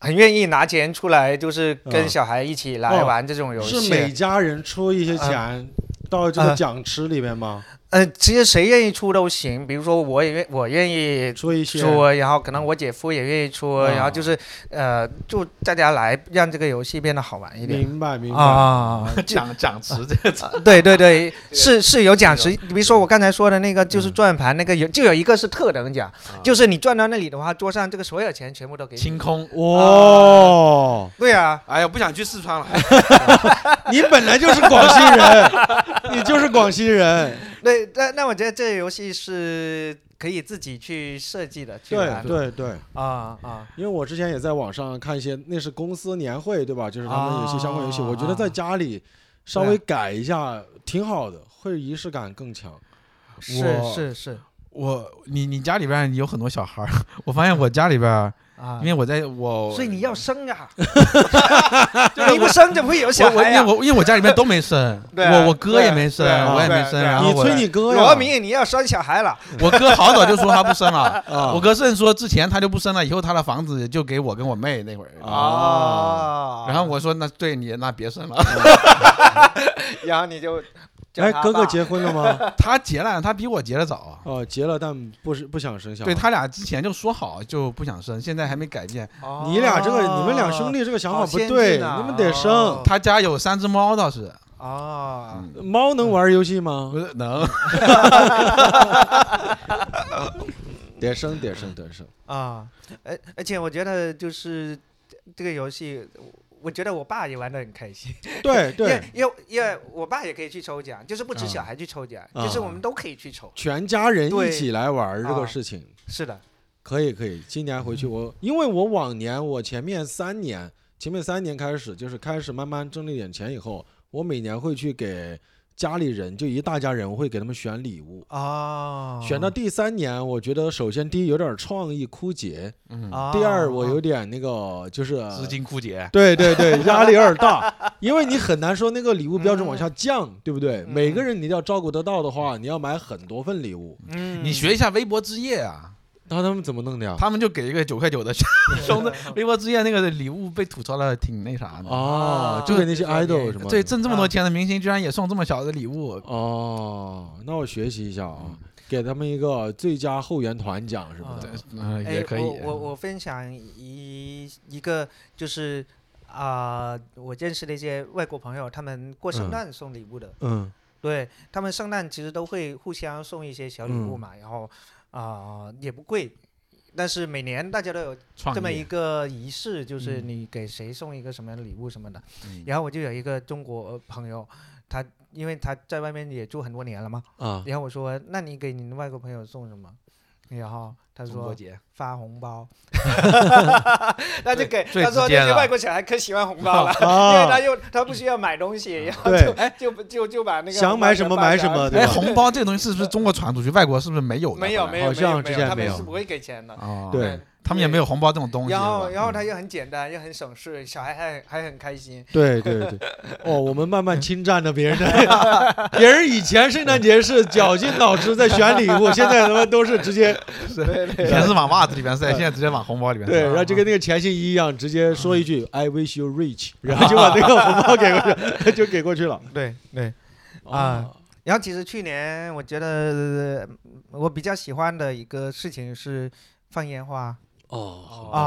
很愿意拿钱出来，就是跟
嗯
小孩一起来
哦
玩这种游戏。啊
是每家人出一些钱到这个奖池里面吗？
呃，其实谁愿意出都行，比如说我也愿我愿意
出一些
出，啊然后可能我姐夫也愿意出，
啊
然后就是呃，就大家来让这个游戏变得好玩一点
明白明白，
啊。
讲讲词这个词，
对对对，
这个嗯
是是有奖池，比如说我刚才说的那个就是转盘那个有，就有一个是特等奖，就是你转到那里的话，桌上这个所有钱全部都给你。
啊清空。
哇，
对啊，
哎呀，不想去四川了。
你本来就是广西 人，你就是广西人，
对，那那我觉得这个游戏是可以自己去设计的，去
对
玩的
对对。
啊啊，
因为我之前也在网上看一些，那是公司年会对吧？就是他们有些相关游戏，
啊
我觉得在家里稍微改一下挺好的，会仪式感更强。
是
我
是是
我你你家里边有很多小孩儿， 我发现我家里边儿，
啊
因，为我在我，
所以你要生 啊，你不生怎么会有小
我我
孩
因为
呀？
我因为我家里边都没生，
对啊
我我哥也没生
对啊，
我也没
对
生，
啊
然后
你
我
催你哥呀
罗，明，你要生小孩了，
我哥好早就说他不生 了。
啊
我哥甚至说之前他就不生了，以后他的房子就给我跟我妹那会儿。
啊
啊，
哦然后我说那对你那别生了，
然后你就叫
哎，
他
哥哥
爸
结婚 了吗？
他结了，他比我结的早。啊
哦，结了，但不是不想生小孩。
对他俩之前就说好就不想生，现在还没改变。
你俩这个，你们俩兄
弟
弟这个想法
好
不
先
对，
进啊
你们得生
哦。
他家有三只猫倒是，
啊，
嗯，
猫能玩游戏吗
嗯
不？是能，
得生，得生，得生。
啊，而而且我觉得就是这个游戏，我觉得我爸也玩的很开心，
对
因
对
为，因为因为我爸也可以去抽奖，就是不止小孩去抽奖，
啊
就是我们都可以去抽。
全家人一
对
起来玩这个
啊
事情，
是的，
可以可以，今年回去我，因为我往年我前面三年，前面三年开始就是开始慢慢挣了点钱以后，我每年会去给家里人，就一大家人，我会给他们选礼物。
哦
选到第三年，我觉得首先第一有点创意枯竭，
嗯，
啊
第二我有点那个就是
资金枯竭。
对对对，压力有点大，因为你很难说那个礼物标准往下降，对不对？每个人你都要照顾得到的话，你要买很多份礼物。
嗯，
你学一下微博之夜啊，
那他们怎么弄的呀？
他们就给一个九块 九的兄弟， 微博之夜那个礼物被吐槽的挺那啥的。
哦
啊，
就给那些
就说
idol
你
什么的
对，挣这么多钱的明星居然也送这么小的礼物，呃
哦，那我学习一下啊，给他们一个最佳后援团奖什么的
啊。
嗯，
哎
也可以。
我我我分享一一个就是啊、我认识的一些外国朋友，他们过
嗯
圣诞送礼物的，
嗯
对他们圣诞其实都会互相送一些小礼
嗯
物嘛，然后啊、也不贵，但是每年大家都有
创
这么一
业，
个仪式，就是
嗯
你给谁送一个什么样的礼物什么的。
嗯
然后我就有一个中国朋友，他因为他在外面也住很多年了嘛，
啊，
然后我说那你给你的外国朋友送什么？然后他
中国
说
节
发红 包，那就给
最
他说
直接
那些
了哦
外国小孩可喜欢红 包了， 因为
啊
他又他不需要买东
啊
西，然后
对，
就就就把那个
哎想
红包
买什
全
么
放
买
在
什么，对
哎，
吧？
红包这个东西是不是中国传出去，外国是不是没有的？
没有没有
好像
没
之
有
前
他
没
们
有
是不会给钱的。
啊，
对
嗯，
他们也没有红包这种东西。嗯
然后，
是吧
然后它又很简单，又很省事，小孩还还很开心。
对对对， 哦，我们慢慢侵占了别人的， 别人以前圣诞节是绞尽脑汁在选礼物，现在他妈都是直接
以前是往袜子里边塞，现在直接往红包里边塞。
对，然后就跟那个钱信一一样，直接说一句 “I wish you rich”，然 后就把那个红包给过去， 就给过去了。
对对。
啊
啊，然后其实去年我觉得呃我比较喜欢的一个事情是放烟花
哦，
啊、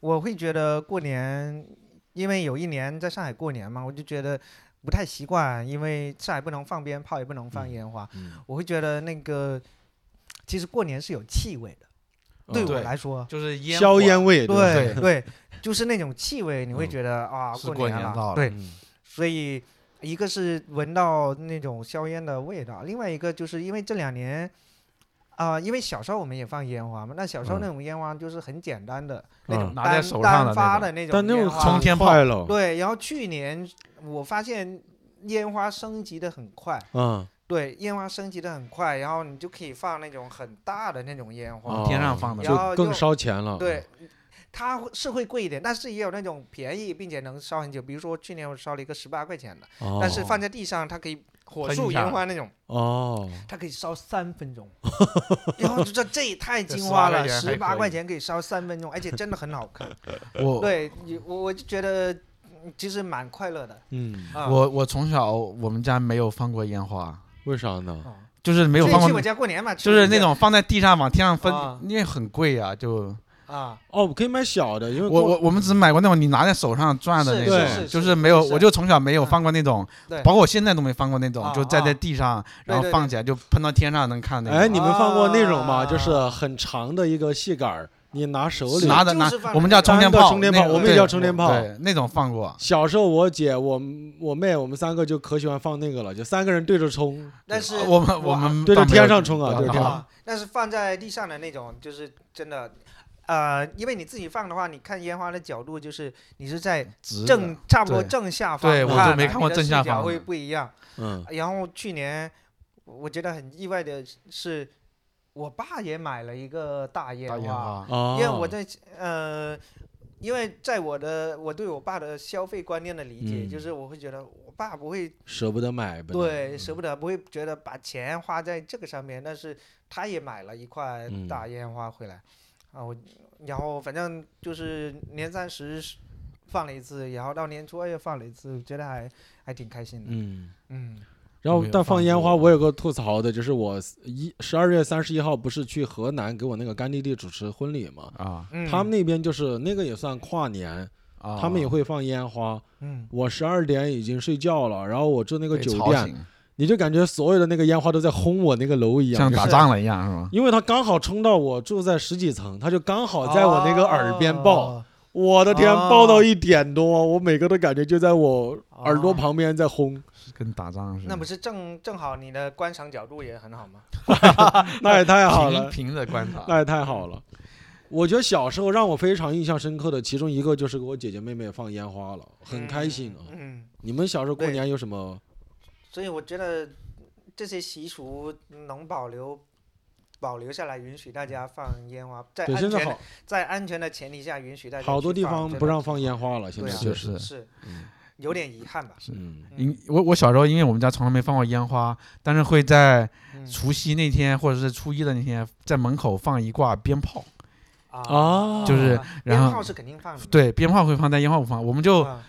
我会觉得过年，因为有一年在上海过年嘛，我就觉得不太习惯，因为上海不能放鞭炮，也不能放烟花，
嗯
我会觉得那个其实过年是有气味的，
嗯
对我
对
来说，
就是烟
硝
火
烟味，吧
对
对
对，就是那种气味，你会
嗯
觉得啊，
是过
年
年
了，
到了
对，
嗯
所以一个是闻到那种硝烟的味道，另外一个就是因为这两年啊、因为小时候我们也放烟花嘛，那小时候
嗯
那种烟花就是很简单的、那
嗯
种
拿在
单
手上的
单
那
发
种
的那
但那
烟
种
花
冲天炮
坏了，
对，然后去年我发现烟花升级的很快，
嗯，
对，烟花升级的很快，然后你就可以放那种很大的那种烟花，
哦
天上放的
然
就
后
更
就
烧钱了。
对，
嗯
它会是会贵一点，但是也有那种便宜并且能烧很久，比如说去年我烧了一个十八块钱的。
哦，
但是放在地上，它可以火
喷一
树
下
烟花那种，
哦，
它可以烧三分 钟。然后就这这也太
这
精花
18
了，
块钱
十
还
八
可以
块钱可以烧三分钟，而且真的很好看。
我
对，你我我就觉得嗯其实蛮快乐的
嗯，
啊。
我我从小我们家没有放过烟花，
为啥呢？
啊
就是没有
所以
放
去我
过，
家过年嘛，去
就是
你
那
家
种放在地上往天上分
啊，
因为很贵啊。就
啊，
哦，可以买小的，因为
我
过
我我们只买过那种你拿在手上转的
是
那
是
种，
是
就是是没有，
是嗯
我就从小没有放过那种，
对
包括我现在都没放过那
啊
种，就站在地上然后
对对
放起来就喷到天上能看那
哎，
种。
你们放过那种吗？
啊
就是很长的一个细杆儿，你拿手
是
里
拿着
就
拿
是放，
我们
那
叫
个
冲天
单个
炮，
冲天
那
炮
个
我们
对
也叫冲天炮
对，那种放过。
小时候我姐、我我妹、我们三个就可喜欢放那个了，就三个人对着冲，
但是
啊我们我
哇
们
对着
倒没有
天上冲啊
对
对着天上
啊，但是放在地上的那种，就是真的。呃，因为你自己放的话，你看烟花的角度就是你是在
直的
正差不多
对
正下方
对
看
我
的，
都没看
你
过
的
正
视
下
角
方
会
的
不一样。
嗯，
然后去年我觉得很意外的是，我爸也买了一个大烟
大烟
花，
花。
哦，
因为我在呃，因为在我的我对我爸的消费观念的理解，
嗯
就是我会觉得我爸不会
舍不得买吧，
对舍不得，不会觉得把钱花在这个上面，但是他也买了一块
嗯
大烟花回来，啊我，然后反正就是年三十是放了一次，然后到年初二又放了一次，觉得还还挺开心的，
嗯。
嗯
然后
没，有
但
放
放烟花，
过
我有个吐槽的，就是我一十二月三十一号不是去河南给我那个干弟弟主持婚礼嘛？
啊
嗯，
他们那边就是那个也算跨年，
啊！
他们也会放烟花。
嗯
我十二点已经睡觉了，然后我住那个
被
酒
吵
店，
醒
你就感觉所有的那个烟花都在轰我那个楼一样
像，打
是
仗了一样，是吗？
因为它刚好冲到我住在十几层，它就刚好哦在我那个耳边爆。
哦
我的天，
哦
爆到一点多，我每个都感觉就在我耳朵
哦
旁边在轰，
跟打仗似的。
那不是正正好你的观赏角度也很好吗？
那也太好了
平，平的观察。
那也太好了。我觉得小时候让我非常印象深刻的其中一个就是给我姐姐妹妹放烟花了，很开心啊。
嗯。嗯，
你们小时候过
对
年有什么？
所以我觉得这些习俗能保留保留下来，允许大家放烟花，在
对，
安
现在
全的
好
在安全的前提下允许大家
好多
去
地方
真
不
的
让放烟花了，现
对
在
啊
就是
是
是
是
嗯
有点遗憾吧。
嗯
因我我小时候，因为我们家从来没放过烟花，但是会在
嗯
除夕那天或者是初一的那天，在门口放一挂鞭炮，
啊
就是
啊
然
鞭
后
炮是肯定放的，
对鞭炮会放，但烟花不放。我们就
啊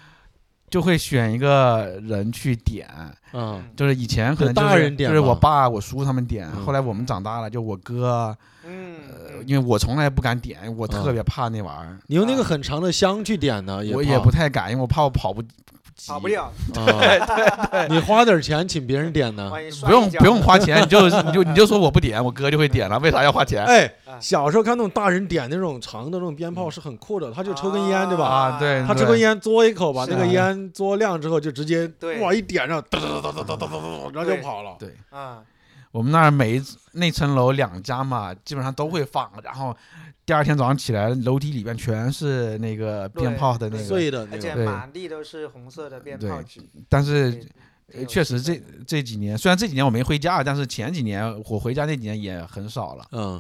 就会选一个人去点，
嗯
就是以前可能
就
就
大
是
人点
就是我
嘛
爸我叔他们点，
嗯
后来我们长大了，就我哥，呃
嗯，
因为我从来不敢点，我特
嗯
别怕那玩意儿，
你用那个很长的香去点呢，
我
也
也不太敢，因为我怕我跑不及
跑不了，
怕啊。你花点钱请别人点呢。
万一摔
不用
一啊跤
不用花钱，你就你就你就说我不点，我哥就会点了，为啥要花钱？
哎
啊，
小时候看那种大人点那种长的那种鞭炮是很酷的，他就抽根烟，对吧？
啊对
他抽根烟嘬一口，把
是
那个
啊
烟嘬亮之后就直接
对
哇一点上，哒哒哒哒哒哒哒哒，然后就
对
跑了。
对，
啊，
我们那儿每一那层楼两家嘛，基本上都会放，然后第二天早上起来，楼梯里边全是那个
对
鞭炮的那个。
碎的
而
那
且
个，
对
满地都是红色的鞭炮
对
纸，
但是
挺
呃
有
确
气
实这
氛的
这几年，虽然这几年我没回家，但是前几年我回家那几年也很少了。
嗯，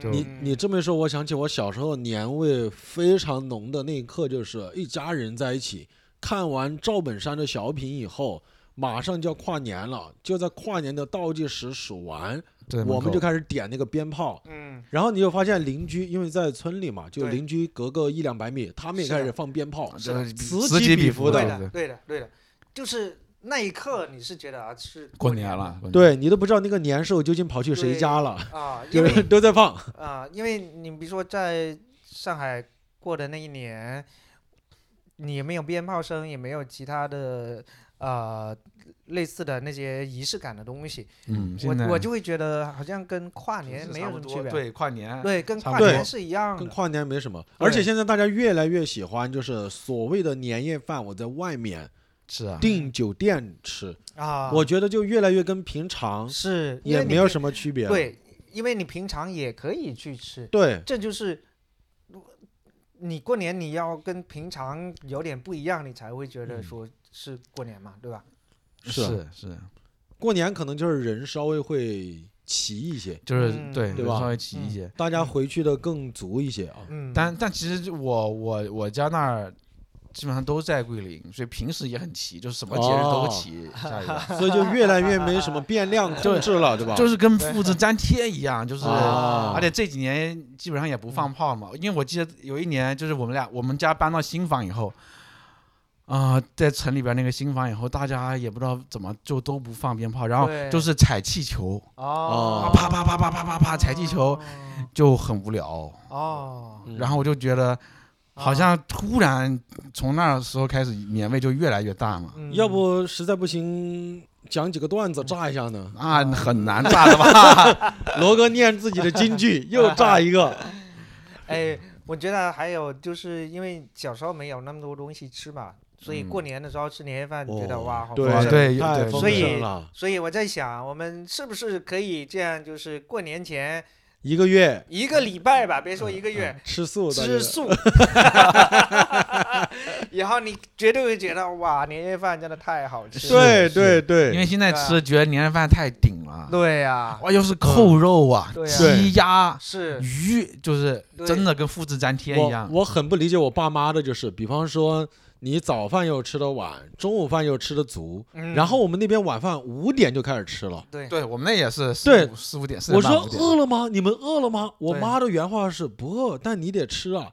嗯
你
你这么一说，我想起我小时候年味非常浓的那一刻，就是一家人在一起看完赵本山的小品以后，马上就要跨年了，就在跨年的倒计时数完，
对，
我
门口
们就开始点那个鞭炮。
嗯，
然后你就发现邻居，因为在村里嘛，就
对
邻居隔个一两百米，他们也
是的
开始放鞭炮，
是的
此
啊此
起
起
彼
彼
伏
伏
的
对
对
的
对
对的对的，就是那一刻你是觉得啊是
过年了，
对你都不知道那个年兽究竟跑去谁家 了，
啊，因
就
为
是都在放。
啊，因为你比如说在上海过的那一年，你没有鞭炮声，也没有其他的呃类似的那些仪式感的东西，
嗯，现在
我我就会觉得好像跟跨年
是
没
差
有什
不
么
多
区别，
对，跨年，
对跟
差
跨
不
多
年是一样
跟
的，
跨年没什么，
对
而且现在大家越来越喜欢就是所谓的年夜饭，我在外面
是啊，
订酒店吃，
啊，
我觉得就越来越跟平常
是因
也
为你
没有
平
什么区别了。
对，因为你平常也可以去吃，
对
这就是你过年你要跟平常有点不一样，你才会觉
嗯
得说是过年嘛，对吧？
是
是是，
过年可能就是人稍微会齐一些，
就是
嗯
对
对吧
稍微齐一些，
大家回去的更足一些啊。
嗯，
但但其实我我我家那儿基本上都在桂林，所以平时也很齐，就是什么节日都
哦
齐，下一个
所以就越来越没什么 变量控制了，对吧？
就是跟复制粘贴一样，就是。
啊
而且这几年基本上也不放炮嘛，因为我记得有一年就是我们俩我们家搬到新房以后，啊、在城里边那个新房以后，大家也不知道怎么就都不放鞭炮，然后
对
就是踩气球，
哦，
啪啪啪啪啪啪啪踩气球就很无聊。
哦，
嗯啊
然后我就觉得，好像突然从那时候开始年味就越来越淡了。
嗯
要不实在不行讲几个段子炸一下呢？
那啊很难炸的吧？
罗哥念自己的京 剧，又炸一个。
哎，我觉得还有就是因为小时候没有那么多东西吃嘛，所以过
嗯
年的时候吃年夜饭，觉得
哦
哇，好
对
丰盛
对
太
对
丰
所以
盛了，
所以我在想，我们是不是可以这样，就是过年前
一个月
一个礼拜吧，别说一个
嗯
月，
吃素，大家
吃 素，然后你绝对会觉得哇，年夜饭真的太好吃了。
对
是
对对，啊
因为现在吃觉得年夜饭太顶了，
对呀，
哇，又是
嗯
扣肉啊
对，啊
鸡鸭
是
鱼，就是
对
真的跟复制粘贴一
我
样。
我很不理解我爸妈的，就是比方说你早饭又吃得晚，中午饭又吃得足，
嗯
然后我们那边晚饭五点就开始吃了。
对
对我们那也是四
对
五四五点，四
我
点半
说
五
饿
点。
了吗？你们饿了吗？我
对
妈的原话是不饿，但你得吃 啊。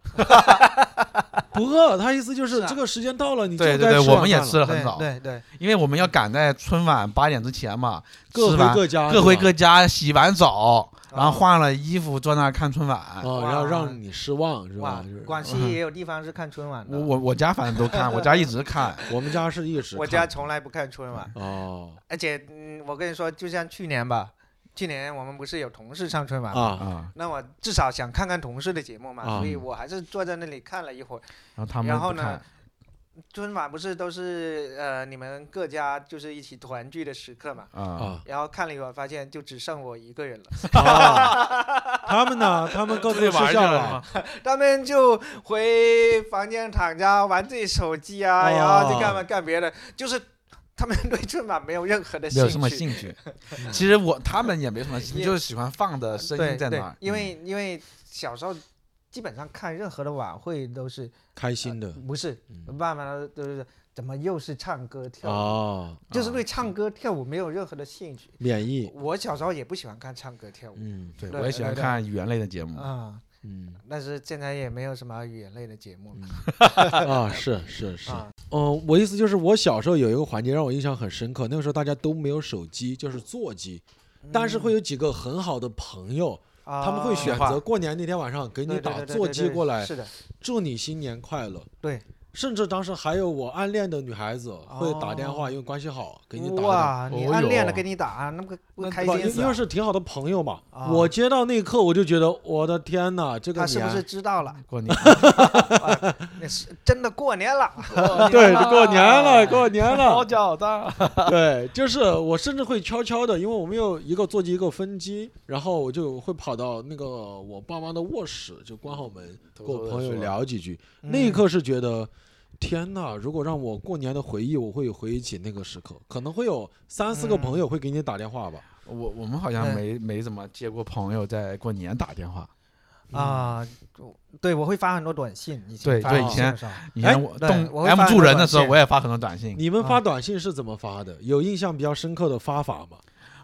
不饿，她意思就是
是啊
这个时间到了，你就该
对
吃
对对，我
晚
们也
饭
吃
了，
了很早，
对对
因为我们要赶在春晚八点之前嘛，
各
吃
回
完
各家，
各回
对吧
各家，洗完澡，然后
啊
换了衣服，坐那儿看春晚。
哦，
哇
然后让你失望是
对，
吧
哇？
就是，
广 西也有地方是看春晚的，
我我我家反正都看，我家一直看。
我们家是一直
我
看
家从来不看春晚，
哦
而且嗯，我跟你说，就像去年吧，去年我们不是有同事上春晚吗，
啊
啊，
那我至少想看看同事的节目嘛，
啊
所以我还是坐在那里看了一会儿。
然后他们
然后
不
呢
看，
春晚不是都是呃你们各家就是一起团聚的时刻嘛？
啊，
啊
然后看了一会儿，发现就只剩我一个人了。
哦
啊！他们呢？他们各自
自己玩
睡
去
觉
了
了。
他们就回房间躺着玩自己手机啊，
哦
然后就干嘛干别的，就是他们对春晚没有任何的
没
兴
有
趣。
什么兴 趣。其实我他们也没什么兴趣，
也
就是喜欢放的声
对
音在
对
那儿，
因
嗯
为因为小时候基本上看任何的晚会都是
开心 的
不是
嗯
爸妈都是怎么又是唱歌跳舞，
哦，
就是对唱歌跳舞没有任何的兴趣。
免疫，
我小时候也不喜欢看唱歌跳舞
嗯
对
对
我也喜欢
对对
看语言类的节目。
啊、
嗯
但是现在也没有什么语言类的节目了
啊，是是是，
啊。
哦，我意思就是我小时候有一个环节让我印象很深刻，那个时候大家都没有手机，就是座机，但是会有几个很好的朋友，他们会选
嗯啊
择过年那天晚上
对
给你
对
打
对对
座
对
机
对
过来，
是的，
祝你新年快乐。
对。
甚至当时还有我暗恋的女孩子会打电话，因为关系好给你打一打，
哦哇，
打
你
哦
暗恋
哟
了给你打，那不不
那
开
不
心
因
死
因为
啊？
是挺好的朋友嘛。
啊
我接到那一刻，我就觉得我的天哪，这个啊
他是不
年
是知道了？
过 年
那是真的过年 了，
对，过年了，过年 了，
饺子，
对，就是我甚至会悄悄的，因为我们有一个座机一个分机，然后我就会跑到那个我爸妈的卧室，就关好门，跟
偷
我
偷地
朋友
说
聊几 句。
嗯
那一刻是觉得，天哪！如果让我过年的回忆，我会回忆起那个时刻，可能会有三四个
嗯
朋友会给你打电话吧。
我我们好像没没怎么接过朋友在过年打电话。
啊、对，我会发很多短信，以前
嗯对
发
对
短
以
信
前
的时候
以
哎
前我
对
动
我会发
M
很
住
多
人
短
的时候，
信
我也发很多短信。
你们
啊
发短信是怎么发的？有印象比较深刻的发法吗？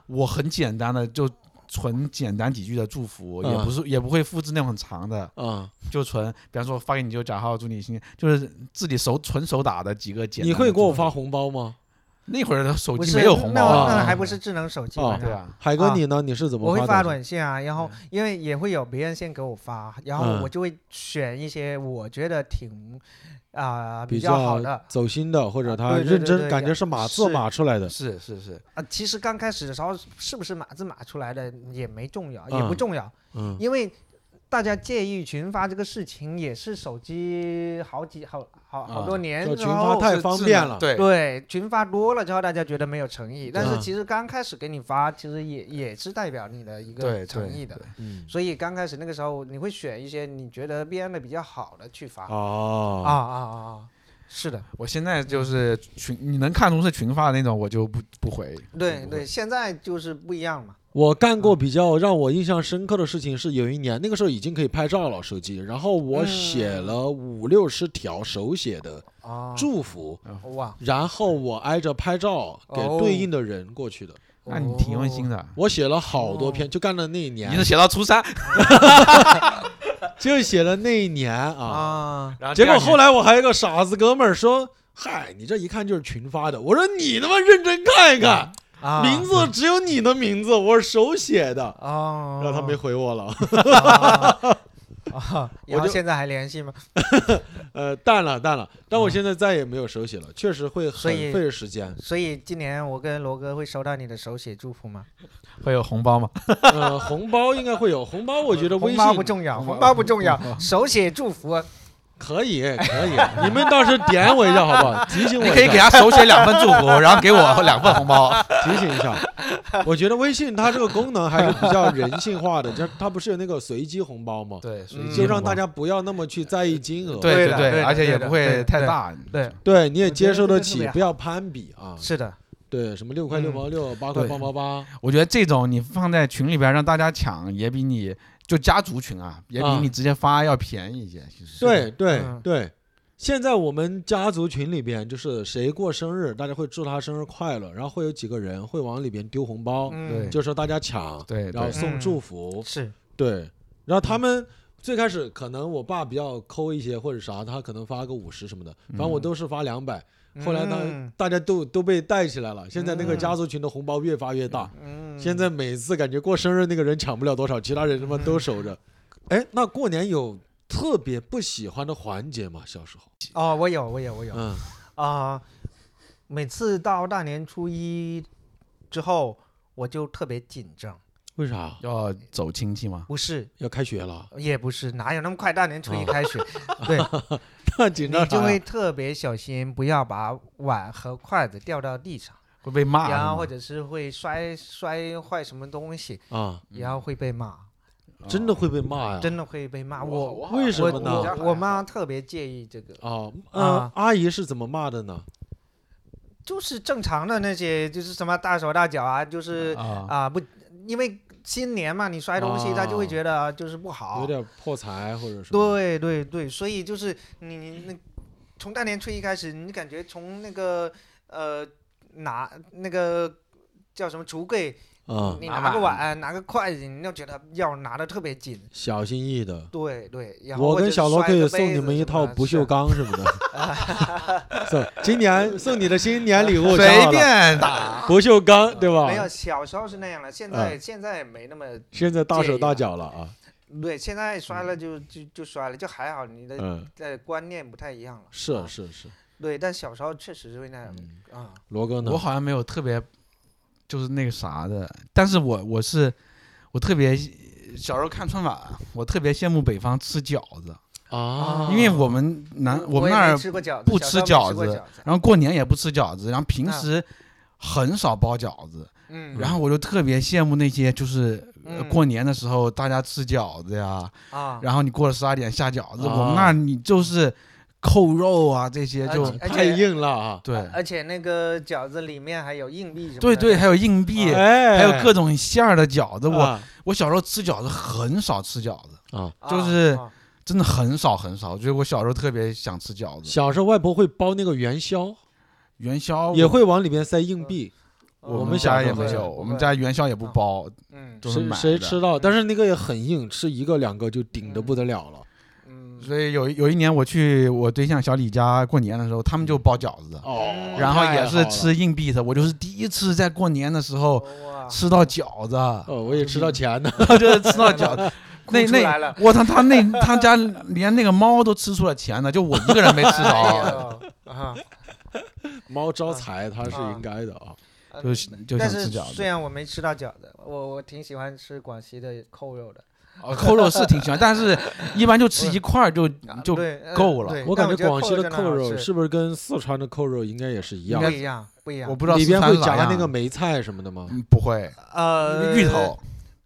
我很简单的就纯简单几句的祝福，
嗯
也不是也不会复制那种很长的，
啊、
就纯，比方说发给你就假号祝你新年，就是自己手纯手打的几个简单
你
的
会给我
祝福
发红包吗？
那会儿的手
不
机
是
没有红
那
包
啊
那还不是智能手机
哦
反正
对啊，
海哥，
啊
你呢？你是怎么
我会发
短信？
短信啊，然后
嗯
因为也会有别人先给我发，然后
嗯
我就会选一些我觉得挺啊、
比
较好的
走心的，或者
啊
他
对对对
认真，
对
感觉是码字
是
码出来的。
是是是，
啊。其实刚开始的时候是不是码字码出来的也没重要，也
嗯
不重要，
嗯
因为大家介意群发这个事情也是手机好几好好好多
啊
年
就
之
群发
后
太
是
方
智
便
能
了
对，
对群发多了之后，大家觉得没有诚意，但是
嗯
其实刚开始给你发，其实也也是代表你的一个
对
诚
对
意的
对。
嗯，
所以刚开始那个时候，你会选一些你觉得编的比较好的去发。
哦
啊啊啊啊！是的，
我现在就是群，你能看出是群发的那种，我就不不回。
对
不
对，
会
现在就是不一样嘛。
我干过比较让我印象深刻的事情是，有一年那个时候已经可以拍照了手机，然后我写了五六十条手写的
啊，
祝福，
哇，
然后我挨着拍照给
哦
对应的人过去的。
那你挺用心
的。
的，
我写了好多篇，就干了那一
你是
年，
写到初三，
就写了那一年啊。
啊，
然后
结
第
果
二年
后来我还有个傻子哥们儿说。嗨，你这一看就是群发的。我说你他妈认真看一看，
啊
名字只有你的名字，我是手写的。
哦，
然后他没回我了，
啊。啊，然后
就
现在还联系吗？
呃，淡了淡了。但我现在再也没有手写了，确实会
嗯所
很
以
费 时间。
所以今年我跟罗哥会收到你的手写祝福吗？
会有红包吗？
呃，红包应该会有红包，我觉得
呃
微
红
信
包不重要，红包不重要，手写祝福
可 以可以，你们到时候点我一下好不好？提醒我
你
一下，
可以给他手写两份祝福，然后给我两份红包。
提醒一下。我觉得微信它这个功能还是比较人性化的，就是它不是有那个随机红包吗？
对，所
嗯
以
就让大家不要那么去在意金额，
对
对的
对
对的
而且也
对的
不
对
会
的
太大。
对
对你也接受得
我觉
起
得这个特别，好
不要攀比啊。
是的，
对，什么六块六毛
嗯
六，八块八毛八，
我觉得这种你放在群里边让大家抢，也比你就家族群啊，也比
啊
你直接发要便宜一些。其实
对，对
嗯
对。现在我们家族群里边，就是谁过生日，大家会祝他生日快乐，然后会有几个人会往里边丢红包，
嗯，
就说大家抢，
对
然后
对
送
嗯
祝福，
是
对，然后他们最开始可能我爸比较抠一些或者啥，他可能发个五十什么的，反正我都是发两百。后来呢，
嗯
大家都都被带起来了。现在那个
嗯
家族群的红包越发越大，
嗯，
现在每次感觉过生日那个人抢不了多少，其他人他妈都守着。
嗯
哎，那过年有特别不喜欢的环节吗？小时候，
哦，我有，我有，我有
嗯
啊。每次到大年初一之后，我就特别紧张。
为啥
要走亲戚吗？
不是，
要开学 了？
也不是，哪有那么快？大年初一
哦
开学，对
那 紧张
你就
啥
会
呀？
特别小心，不要把碗和筷子掉到地上，
会被骂
然后
的
或
吗。
者是会摔摔坏什么东西，
啊，
然后会被骂，
真的会被骂呀？
真的会被骂。我我
嗯为什么呢
我我妈特别介意这个，
哦，嗯
啊，
阿姨是怎么骂的呢？
就是正常的那些，就是什么大手大脚啊，就是
啊，
啊不，因为新年嘛，你摔东西，她就会觉得啊就是不好，
有点破财或者什么？
对对对，所以就是你你那从大年初一开始，你感觉从那个呃拿那个叫什么橱柜，
啊、
你
拿
拿个
碗
碗拿个筷子，你就觉得要拿的特别紧。
小心翼翼的。
对对，然后
我
或
跟
者
小罗
摔
可以
个
送
杯
你
子
们一
什么
套
的
不锈
是
钢什么的， 送今年送你的新年礼物，知
随
道了
便打。
不锈钢对
没有，
吧？
小时候是那样的，现
嗯
在、现在没那么
现在大手大脚了啊，
对，现在摔
嗯
了就就就摔了，就还好，你的
嗯，
呃观念不太一样了。
是
啊
是是，
对，但小时候确实是会那样
嗯
啊。
罗哥呢
我？好像没有特别，就是那个啥的，但是我我是我特别小时候看春晚，啊我特别羡慕北方吃饺子，
啊，
因为我们南我们
哦也
那
没
儿，
吃过饺子
不
小
吃
时候没
饺
过
子
子
然后过年也不吃饺子，然后平时很少包饺子，
啊嗯，
然后我就特别羡慕那些就是。呃
嗯
过年的时候，大家吃饺子呀，
啊，
然后你过了十二点下饺子。
啊
我们那儿你就是扣肉啊这些就
而
太
且
硬了啊！
对
而且那个饺子里面还有硬币什么的。
对对，还有硬币，
哎，
还有各种馅儿的饺子。我
啊
我小时候吃饺子很少吃饺子，
啊，
啊，
就是
啊
真的很少很少。所以我小时候特别想吃饺子，
小时候外婆会包那个元宵，
元宵
也，会往里边塞硬币，
我
我
们
们小
家
时
也
候
没
会
有，我们家元宵也不
啊
包，
嗯
都是
谁
买
谁
的
吃到？但是那个也很硬，吃一个两个就顶的不得了了。
嗯，
所以有一有一年我去我对象小李家过年的时候，他们就包饺子，
哦，
然后也
太
是
好了。
吃硬币的。我就是第一次在过年的时候
哦哇，
吃到饺子，
哦，我也吃到钱了。
就是吃到饺子。那
哭出来
那
了
我操，他那他家连那个猫都吃出了钱了，就我一个人没 吃着，
哎呦啊，
猫招财，它是
啊
应该的啊。
嗯
就就想
但
吃
是
饺
虽
子。
然我没吃到饺子，我我挺喜欢吃广西的扣肉的，
哦扣肉是挺喜欢，但是一般就吃一块儿就就
对呃
够了
对
我
但
感觉广西的
扣
扣肉
是
是不是跟四川的扣肉应该也是一样
不？一样，不一样。
我不知道
里
四
边
川
会
是咋
夹那
样
个梅菜什么的吗？
啊嗯不会
呃，
芋头，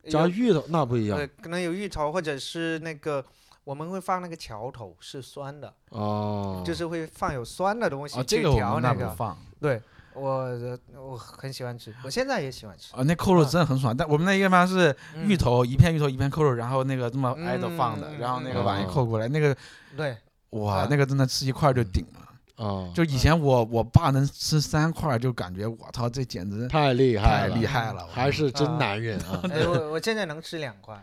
有
夹芋头那不一样
对，可能有芋头或者是那个。我们会放那个桥头，是酸的，
哦。
就是会放有酸的东西
啊，这
去
个我
调
们
那
那不
个。
放。
对，我我很喜欢吃，我现在也喜欢吃。
啊，那扣肉真的很爽，但我们那一般是芋
嗯
头一片芋头一片扣肉，然后那个这么挨着放的，
嗯
然后那个
嗯
碗一
嗯
扣过来，那个
对，
哇
啊，
那个真的吃一块就顶了。
嗯
啊，
就以前我我爸能吃三块，就感觉我操，这简直
太厉害
太
了，
厉害了，
还是真男人啊！
哎，我我现在能吃两块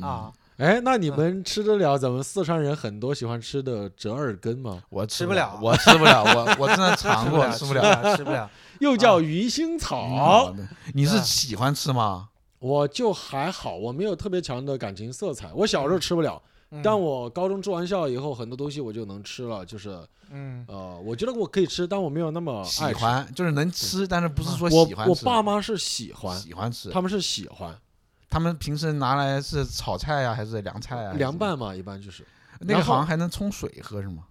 啊，
哎，那你们吃得了咱们四川人很多喜欢吃的折耳根吗？
我
吃不了
我吃不了，我我真 的尝
吃
过，
了，
吃
吃
不
了，
了。
吃不了。
又叫鱼腥草，
嗯，你是
嗯
喜欢吃吗？
我就还好，我没有特别强的感情色彩。我小时候吃不了，
嗯
但我高中住完校以后，很多东西我就能吃了。就是
嗯
呃，我觉得我可以吃，但我没有那么
喜
爱吃。嗯
欢就是能吃，但是不是说
我
喜欢吃。
我爸妈是喜欢，
喜欢吃，
他们是喜欢
他们平时拿来是炒菜呀，还是凉菜啊？
凉，拌嘛，一般就是
那个
然后
好像还能冲水喝是吗？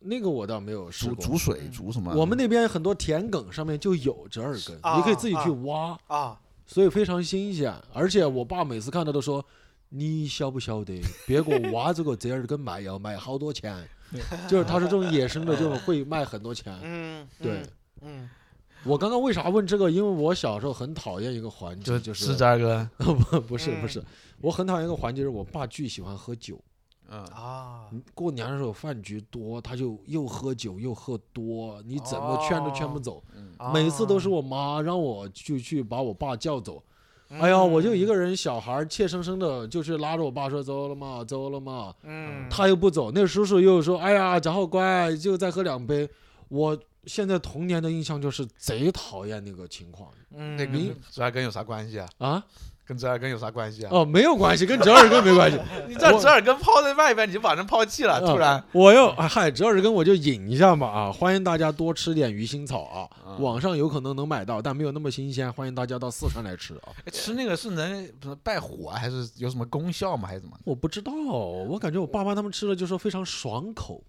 那个我倒没有试
煮
过
煮。水
嗯
煮什么？
我们那边很多田埂上面就有折耳根，
啊
你可以自己去
啊
挖。
啊，
所以非常新鲜。而且我爸每次看到都说：“你晓不晓得， 别个挖这个折耳根卖要卖好多钱。” 就是他是这种野生的，就是会卖很多钱。
嗯，
对
嗯，嗯，
我刚刚为啥问这个？因为我小时候很讨厌一个环节，就
吃
是
这个，
不 不是
嗯
不是，我很讨厌一个环节，就是我爸巨喜欢喝酒。
嗯，
啊，
过年的时候饭局多，他就又喝酒又喝多，你怎么劝都劝不走。
哦
每次都是我妈让我就去把我爸叫走，
啊，
哎呀，我就一
个，
个人，小孩儿怯生生的，就是拉着我爸说走了嘛，走了嘛，
嗯，
他又不走。那叔叔又说，哎呀，然后乖，就再喝两杯。我现在童年的印象就是贼讨厌那个情况
嗯，
那
你
跟折耳根有啥关系啊？
啊。
跟折耳根有啥关系啊？
哦，没有关系，跟折耳根没 关系。
你
这折
耳根抛在外边，你就把人抛弃了
啊突然，我又哎嗨，折耳根我就引一下嘛啊！欢迎大家多吃点鱼腥草啊，
嗯
网上有可能能买到，但没有那么新鲜。欢迎大家到四川来吃啊！
哎吃那个是能不是败火啊还是有什么功效吗？还是怎么？
我不知道，我感觉我爸妈他们吃了就说非常爽口。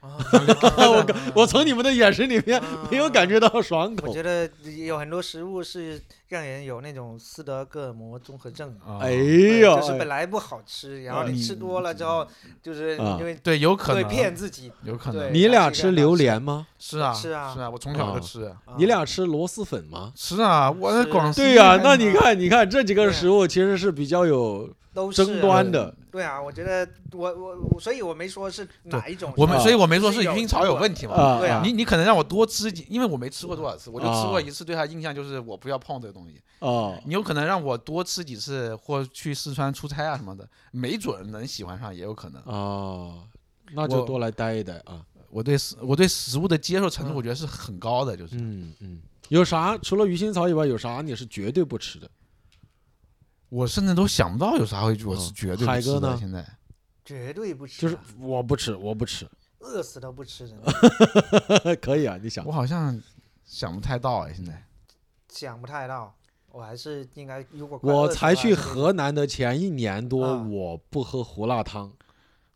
啊
我刚 我从你们的眼神里面没有感觉到爽
嗯 我
口。
觉得有很多食物是让人有那种斯德哥尔摩综合症。
啊
哎
对
呦，
就是本来不好吃，然后你吃多了之后，就是
啊
因为
对，有可
会
能
骗自己。
有可能
对
你俩吃榴莲吗？
是啊
是啊
是啊，我从小就吃
啊
你俩吃螺蛳粉吗？
是啊，我在
是
广西
对呀、
还
那你看，你看这几个
对啊
食物其实是比较有
都是
争端的。
对啊，我觉得我我我所以我没说是哪一种食物，
我们
啊
所以我没说是
是
鱼
有
腥草有问题嘛。
啊
对啊
你你可能让我多吃几，因为我没吃过多少次，我就吃过
啊
一次，对它印象就是我不要碰这个东西。
啊
你有可能让我多吃几次，或去四川出差啊什么的，没准能喜欢上，也有可能。
啊，那就
我
多来待一待啊。
我对食我对食物的接受程度，
嗯
我觉得是很高的，就是
嗯嗯，有啥除了鱼腥草以外，有啥你是绝对不吃的？
我甚至都想不到有啥会我
嗯
是绝对
海
不
哥
吃的。
呢
现在
绝对不吃
就
啊，
是我不 吃，我不吃。
饿死都不吃的，
可以啊，你想
我好像想不太到哎，现在
想不太到。我还是应该，如果快
我
饿死
才
了
去，河南的前一年多，
啊
我不喝胡辣汤。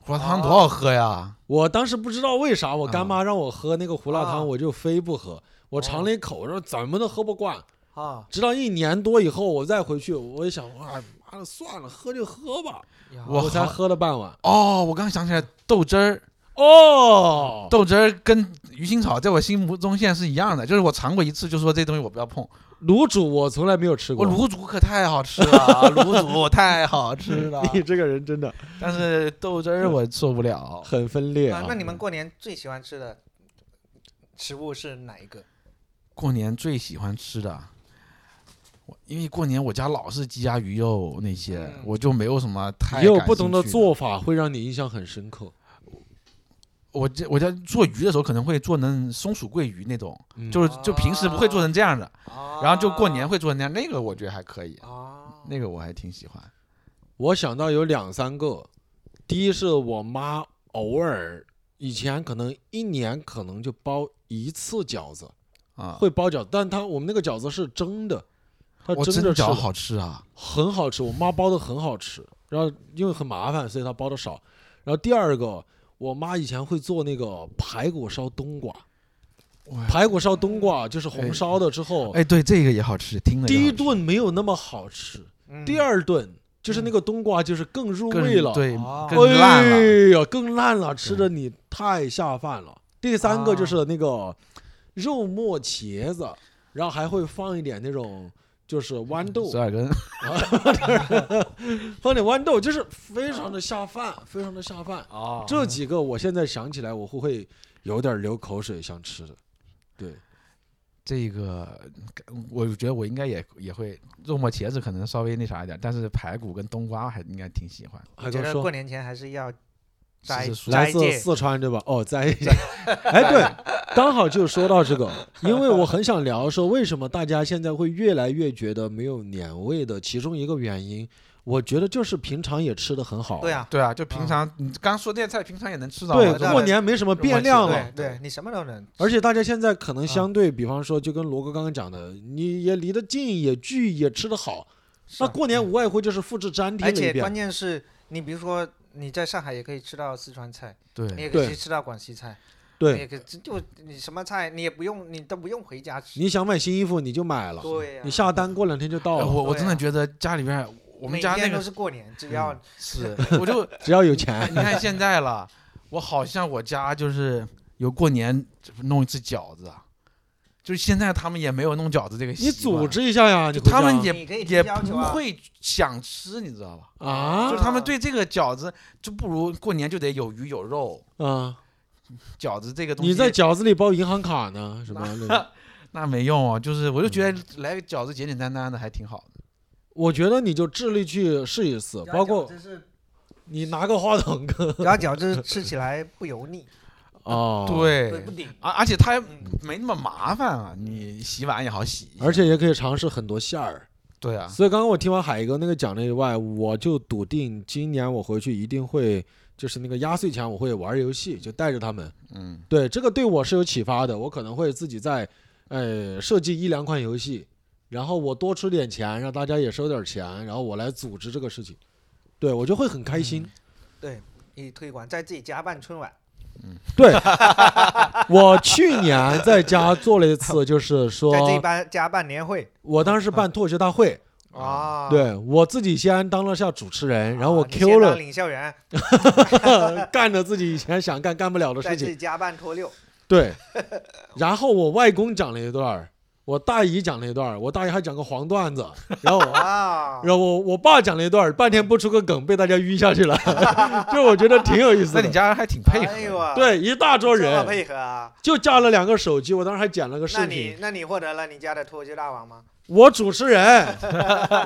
胡辣汤多好喝呀！
我当时不知道为啥，我
啊哦
干妈让我喝那个胡辣
啊
汤，我就非不喝。我尝了一口，我说怎么都喝不惯。
啊，
直到一年多以后，我再回去，我一想，哎妈的，算了，喝就喝吧。
呀
我
我才
好
喝了半碗。
哦，我刚想起来豆汁儿，
哦，
豆汁儿跟鱼腥草在我心目中现在是一样的，就是我尝过一次就说这东西我不要碰。
卤煮我从来没有吃
我
过。
哦卤煮可太好吃 了，卤煮太好吃了，
你这个人真的
但是豆汁儿我受不了。
很分裂啊
啊！那你们过年最喜欢吃的食物是哪一个？
过年最喜欢吃的，我因为过年我家老是鸡鸭鱼肉那些，
嗯
我就没有什么太
也有
感
不同的
兴趣
做法会让你印象很深刻。
我这我家做鱼的时候可能会做成松鼠桂鱼那种，
嗯
就是就平时不会做成这样的，
啊
然后就过年会做成那样，那个我觉得还可以，
啊，
那个我还挺喜欢。
我想到有两三个，第一是我妈偶尔以前可能一年可能就包一次饺子，
啊，
会包饺子，但她我们那个饺子是蒸的，她
我
蒸
蒸
着吃
饺
的
好吃啊！
很好吃，我妈包的很好吃，然后因为很麻烦，所以她包的少。然后第二个，我妈以前会做那个排骨烧冬瓜
哇，
排骨烧冬瓜就是红烧的之后，
哎，对，这个也好吃，听了也
第一
好吃
顿没有那么好吃，
嗯
第二顿就是那个冬瓜就是更入
更
味了，
对，
哦
更烂
哎
了。
呀，更烂了，吃的你太下饭了。第三个
啊
就是那个肉末茄子，然后还会放一点那种就是豌豆
折，耳根，
放点豌豆，就是非常的下饭，非常的下饭。
啊
哦
这几个我现在想起来，我会会有点流口水，想吃的。对，
这个我觉得我应该也也会肉末茄子可能稍微那啥一点，但是排骨跟冬瓜还应该挺喜欢。
还
觉
跟我
得过
说
年前还是要
是
斋
是说
来
斋
自
戒，
四川对吧？哦，在 哎对，刚好就说到这个，因为我很想聊说为什么大家现在会越来越觉得没有年味的，其中一个原因，我觉得就是平常也吃的很好，
对，啊，
对啊，就平常你刚说这些菜，平常也能吃到
对
嘛。
对
这
过年没什么变量了
对。嗯对，你什么都能，
而且大家现在可能相对，比方说，就跟罗哥刚刚讲的，你也离得近，也聚，也吃得好，
是
那
啊
过年无外乎就是复制粘
而
贴了一
且关
遍，
键是你比如说你在上海也可以吃到四川菜，你
对
也可以
对
吃到广西菜，你也
对。
可以就你什么菜你也不用，你都不用回家 吃，
你想买新衣服你就买了，
对呀
你下单过两天就到
哎
了，
我我
对
真的
啊
觉得家里边儿我们
每
家那
天都
个
是过年，
嗯
只要
是， 我就
只要 有
哎
钱
你看现在了，我好像我家就是有过年弄一次饺子啊，就是现在他们也没有弄饺子这个习
你
惯。
组织一下呀，你
就
回
他们
家
也
你可以提
也
要求
不
啊
会想吃，你知道吧？
啊
就是他们对这个饺子就不如过年就得有鱼有肉，
啊，
饺子这个东西
你在饺子里包银行卡呢， 什么那种
那没用啊，就是我就觉得来个饺子简简单单的还挺好的。
我觉得你就致力去试一次，包括
是
你拿个话筒 哥
只要饺子吃起来不油 腻，
哦，，
对
对
不， 顶，
而而且它
嗯
没那么麻烦啊，你洗碗也好洗一下。
而且也可以尝试很多馅儿。
对啊，
所以刚刚我听完海哥那个讲的以外，我就笃定今年我回去一定会，就是那个压岁钱我会玩游戏，就带着他们。
嗯，
对，这个对我是有启发的，我可能会自己在，呃，设计一两款游戏，然后我多出点钱，让大家也收点钱，然后我来组织这个事情，对我就会很开
嗯
心。
以推广在自己家办春晚，
对，我去年在家做了一次， 就是
在自己
说，
办家办年会
我当时办脱口秀大会，
啊，
对我自己先当了下主持人，然后我
啊你先
Q 了
当领笑员，
干着自己以前想干干不了的
在
事
自己
情，
家办脱六，
对。然后我外公讲了一段儿，我大姨讲了一段儿，我大姨还讲个黄段子，然后我
啊，
然后我我爸讲了一段儿，半天不出个梗，被大家晕下去了， 就我觉得挺有意思
那
的。
你家人还挺配
哎
合
呦
的。
啊，
对一大桌
这么
人，
配合啊，
就架了两个手机，我当时还剪了个
那
视
你
频。
那你获得了你家的脱口秀大王吗？
我主持人，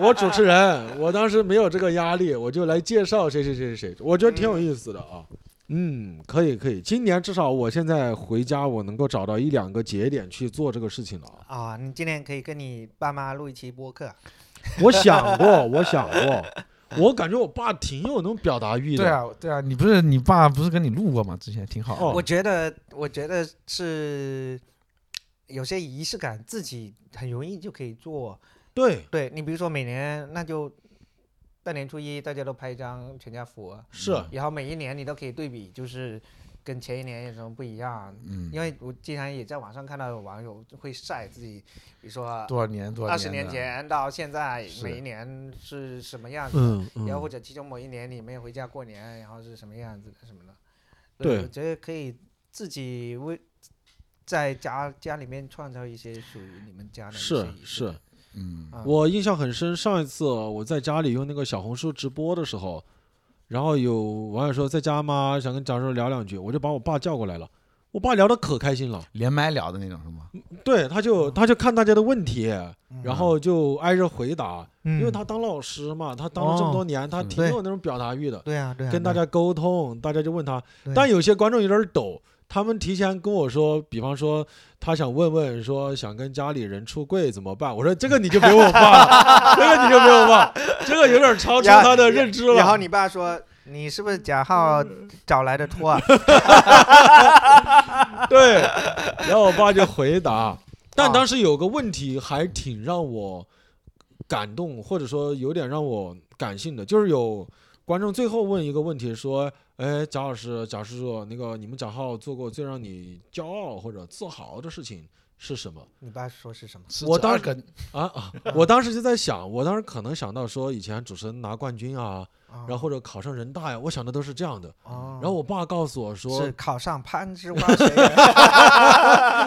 我主持人，我当时没有这个压力，我就来介绍谁谁谁谁谁，我觉得挺有意思的啊。嗯，可以可以，今年至少我现在回家，我能够找到一两个节点去做这个事情了啊。
啊，你今天可以跟你爸妈录一期播客，
我想过，我想过，我感觉我爸挺有那种表达欲的。
对啊，对啊，你不是你爸不是跟你录过吗？之前挺好的。
哦
我觉得我觉得是有些仪式感，自己很容易就可以做。
对，
对你比如说每年那就大年初一大家都拍一张全家福，
是
嗯
然后每一年你都可以对比，就是跟前一年有什么不一样。
嗯，
因为我经常也在网上看到有网友会晒自己，比如说
多少年多少
二十年
的，
前到现在
是
每一年是什么样子的，
嗯，
然后
嗯
或者其中某一年你没有回家过年，然后是什么样子的什么的，
对
我觉得可以自己为在家家里面创造一些属于你们家的一些
是
仪式
是
感，，
嗯
啊
我印象很深。上一次我在家里用那个小红书直播的时候，然后有网友说在家吗？想跟家人聊两句，我就把我爸叫过来了。我爸聊得可开心了，
连麦聊的那种是吗？
嗯对，他就他就看大家的问题，然
嗯
后就挨着回答，因为
嗯
他当老师嘛，他当了这么多年，他
嗯
挺
对
有那种表达欲的，
对啊对啊，
跟大
对啊
家沟通，大家就问他
对。
但有些观众有点抖，他们提前跟我说，比方说他想问问说想跟家里人出柜怎么办，我说这个你就别问我爸 了，这个你就别问我爸，这个有点超出
然后
他的认知了。
然后你爸说你是不是贾浩找来的托啊？
对，然后我爸就 回答，但
啊
当时有个问题还挺让我感动，或者说有点让我感性的，就是有观众最后问一个问题说：“哎，贾老师、贾叔叔，那个你们贾浩做过最让你骄傲或者自豪的事情是什么
你爸说是什么？
是
我
这
当
二
时
根，？”
啊啊！我当时就在想，我当时可能想到说以前主持人拿冠军啊，
啊
然后或者考上人大呀，我想的都是这样的。
哦
然后我爸告诉我说，
是考上攀枝花 啊学院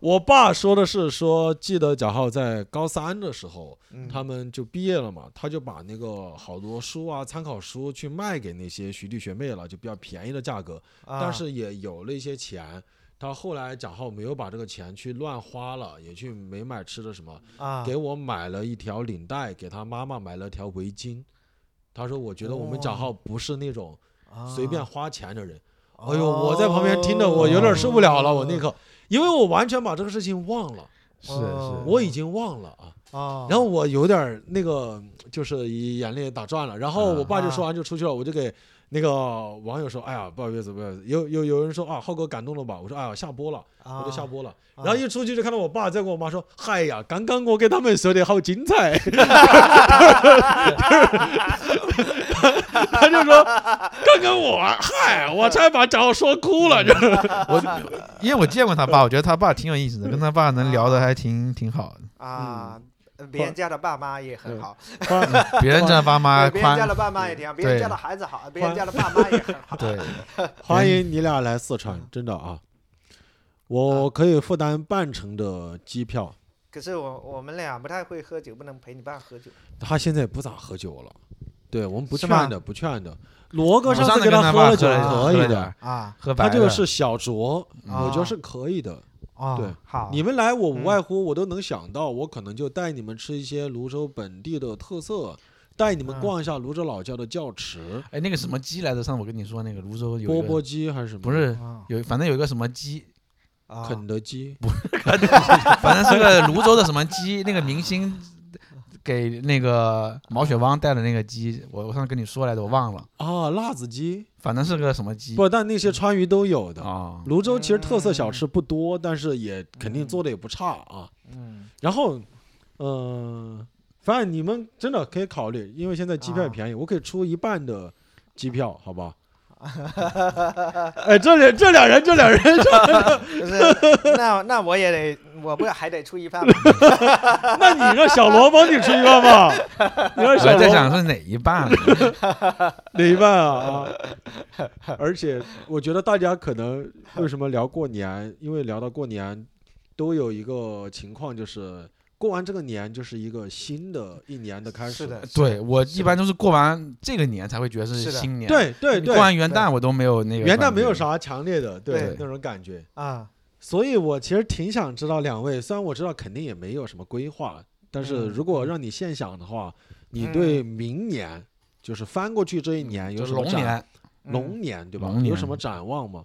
我爸说的是说，记得贾浩在高三的时候，
嗯
他们就毕业了嘛，他就把那个好多书啊、参考书去卖给那些学弟学妹了，就比较便宜的价格，
啊，
但是也有了一些钱。他后来贾浩没有把这个钱去乱花了，也去没买吃的什么，
啊，
给我买了一条领带，给他妈妈买了条围巾。他说：“我觉得我们贾浩不是那种随便
哦啊。
花钱的人。”哎呦，我在旁边
哦
听着，我有点受不了了，我那刻，因为我完全把这个事情忘了，
是哦
我已经忘了啊。
哦，
然后我有点儿那个，就是眼泪打转了。然后我爸就说
啊
完就出去了，我就给那个网友说：“哎呀，不好意思，不好意思。”有有有人说啊，浩哥感动了吧？我说：“哎呀，下播了，
啊
我就下播了。”
啊
然后一出去就看到我爸在跟我妈说：“嗨呀，刚刚我给他们说的好精 彩。”他就说：“刚刚我嗨，我差点把张说哭了。”就是
我因为我见过他爸，我觉得他爸挺有意思的，跟他爸能聊的还挺挺好的。
啊，
嗯
呃别人家的爸妈也很好，
别人家爸妈
啊
对别人家
宽
的，爸妈也挺好，别人
对
家的孩子好，别人家的爸妈也很好。
对，
欢迎你俩来四川，真的啊，我可以负担半程的机票。
可是我我们俩不太会喝酒，不能陪你爸喝酒。
他现在也不咋喝酒了，对我们不
是
劝
吗
的，不劝的。罗哥
我
上次
跟
他
爸
喝了酒
喝
可以的，
了点，
啊
喝白
他
了
就是小酌，
啊
我觉得是可以的。
哦，
对，
好，
你们来，我无
嗯
外乎我都能想到，我可能就带你们吃一些泸州本地的特色，带你
啊
们
嗯
逛一下泸州老窖的窖池，
哎那个什么鸡来着？上次我跟你说那个泸州有一
钵
个
钵鸡还是什么？
不是
啊
有，反正有一个什么鸡，
啊
肯德基，
反正是个泸州的什么鸡，那个明星给那个毛血旺带的那个鸡，我我上次跟你说来着，我忘了，
啊，辣子鸡，
反正是个什么鸡
不，但那些川渝都有的。
啊，
泸州其实特色小吃不多，但是也肯定做的也不差啊。
嗯
然后，嗯，反正你们真的可以考虑，因为现在机票也便宜，我可以出一半的机票，好 吧？哎，这两这两人，这两人，
就是那那我也得，我不还得出一 半吗？
那你让小罗帮你出一半吧，你让
我
小
还在
罗
想是哪一半，
哪一半啊？啊！而且我觉得大家可能为什么聊过年，因为聊到过年，都有一个情况就是。过完这个年就是一个新的一年的开始，
是的，
对我一般都是过完这个年才会觉得
是
是
的
新年，
对对
过
对，
完元旦我都没有那个
元旦
感觉
没有啥强烈的对
对
那种感觉，
啊，
所以我其实挺想知道两位，虽然我知道肯定也没有什么规划，但是
嗯
如果让你现想的话，你
嗯
对明年就是翻过去这一年有
就是
什么
龙
展？
年，
嗯
龙年对吧？
龙年
有什么展望吗？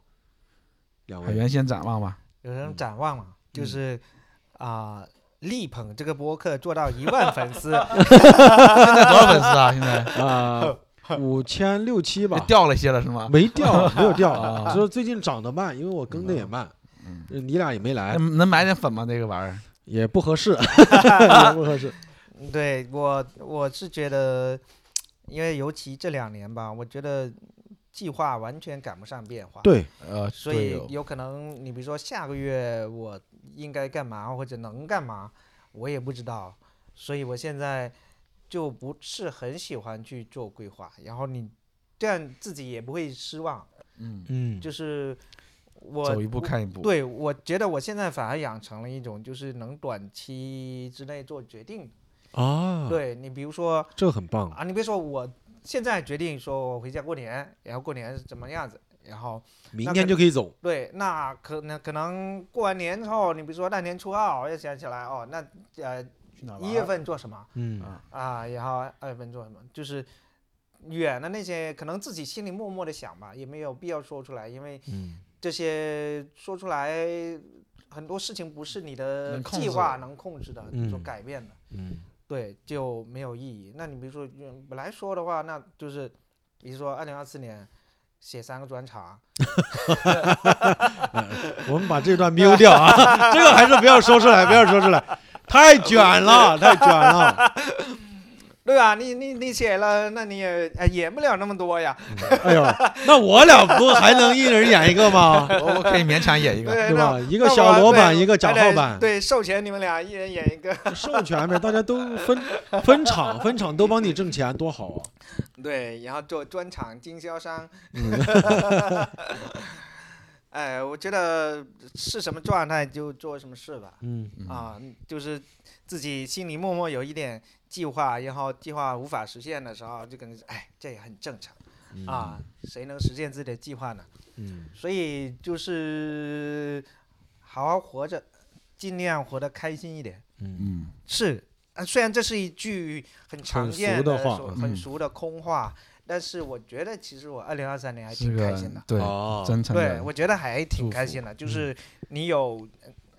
两
海
位
原先展 望吧，
有
嗯
人展望嘛，就是啊，力捧这个播客做到一万粉 丝
现在多少粉丝啊？现在
啊，五千六七吧，
哎掉了一些了是吗？
没掉，没有掉
啊
就是最近涨得慢，因为我更的也慢，
嗯
呃你俩也没
哎
来，
能能买点粉吗？这个玩意儿
也不合适，也不合适。
对我，我是觉得，因为尤其这两年吧，我觉得计划完全赶不上变化，
对，
呃，
所
对
以
哦
有可能你比如说下个月我应该干嘛或者能干嘛，我也不知道，所以我现在就不是很喜欢去做规划。然后你这样自己也不会失望。
嗯，
嗯，
就是我
走一步
我
看一步。，
对，我觉得我现在反而养成了一种就是能短期之内做决定。
嗯
啊，，
对你比如说
这个很棒，
啊，你别说我现在决定说我回家过年，然后过年是怎么样子，然后
明
那
天
可
就可以走。
对，那可能可能过完年之后，你比如说大年初二，我就想起来哦，那呃
去哪玩
一月份做什么
嗯
啊
啊，然后二月份做什么，就是远的那些可能自己心里默默的想吧，也没有必要说出来，因为
嗯
这些说出来，很多事情不是你的
能控
计
制
划
的
能控制的，
嗯
所改变的，
嗯
对，就没有意义。那你比如说，嗯本来说的话，那就是，比如说二零二四年写三个专场，
我们把这段 mute 掉啊，这个还是不要说出来，不要说出来，太卷了，太卷了。
对吧？你你你写了，那你也哎演不了那么多呀，
哎呦，那我俩不还能一人演一个吗？
我我可以勉强演一个。
对
对
那
吧？一个
那
小
我
罗
对
版，一个
还
假
得
号版，
对，授权你们俩一人演一个，
授权呗，大家都分 分场，分场都帮你挣钱，多好啊！
对，然后做专场经销商。 哎，我觉得是什么状态就做什么事吧。
嗯
嗯，
啊，就是自己心里默默有一点计划，然后计划无法实现的时候，就跟哎，这也很正常啊。谁能实现自己的计划呢？
嗯，
所以就是好好活着，尽量活得开心一点。
嗯，
是，啊，虽然这是一句很常
很俗
见
的话
说很
嗯
俗的空话，但是我觉得其实我二零二三年还
是
挺开
个
心的。啊
对
哦
真诚
对，
的，
我觉得还挺
祝
开
福嗯
心的，就是你有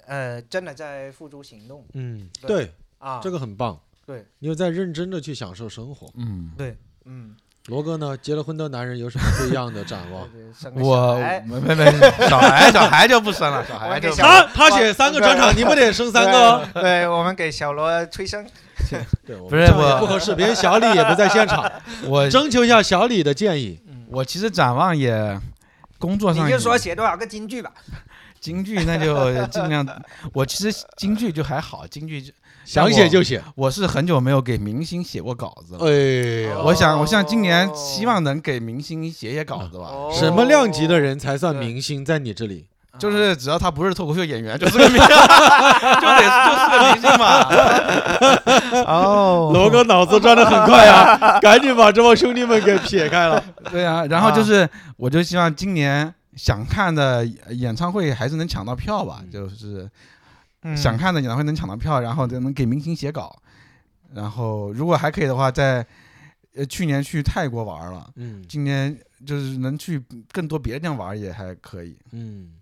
呃真的在付诸行动
嗯，
对
对，
啊。
这个很棒。
对，
你有在认真的去享受生活。
嗯。
嗯，
罗哥呢？结了婚的男人有什么不一样的展望？
对生个小
我
孩
没没没，小孩小孩就不生了，小
我
孩
给
就
小孩
他写三个专场， 你不得生三个哦？
对对，我们给小罗催生。
对，我呃们
不是
这样也
我
不合适。别人小李也不在现 场，
我
征求一下小李的建议。
我其实展望也工作上
嗯你
也
就说写多少个京剧吧。
京剧，那就尽量。我其实京剧就还好，京剧就
想写就写。
我是很久没有给明星写过稿子了。
哎呀，
我想，我像今年
哦
希望能给明星写写稿子吧，
哦
什么量级的人才算明星？在你这里，
就是只要他不是脱口秀演员，就是个明星，就 得就是个明星嘛。
啊
哦，
罗哥脑子转的很快 啊，赶紧把这帮兄弟们给撇开了。
对啊，然后就是，我就希望今年想看的演唱会还是能抢到票吧，就是
哦嗯
想看的演唱会能抢到票，然后就能给明星写稿，然后如果还可以的话，在呃去年去泰国玩了，
嗯
今年就是能去更多别的地方玩也还可以。
嗯，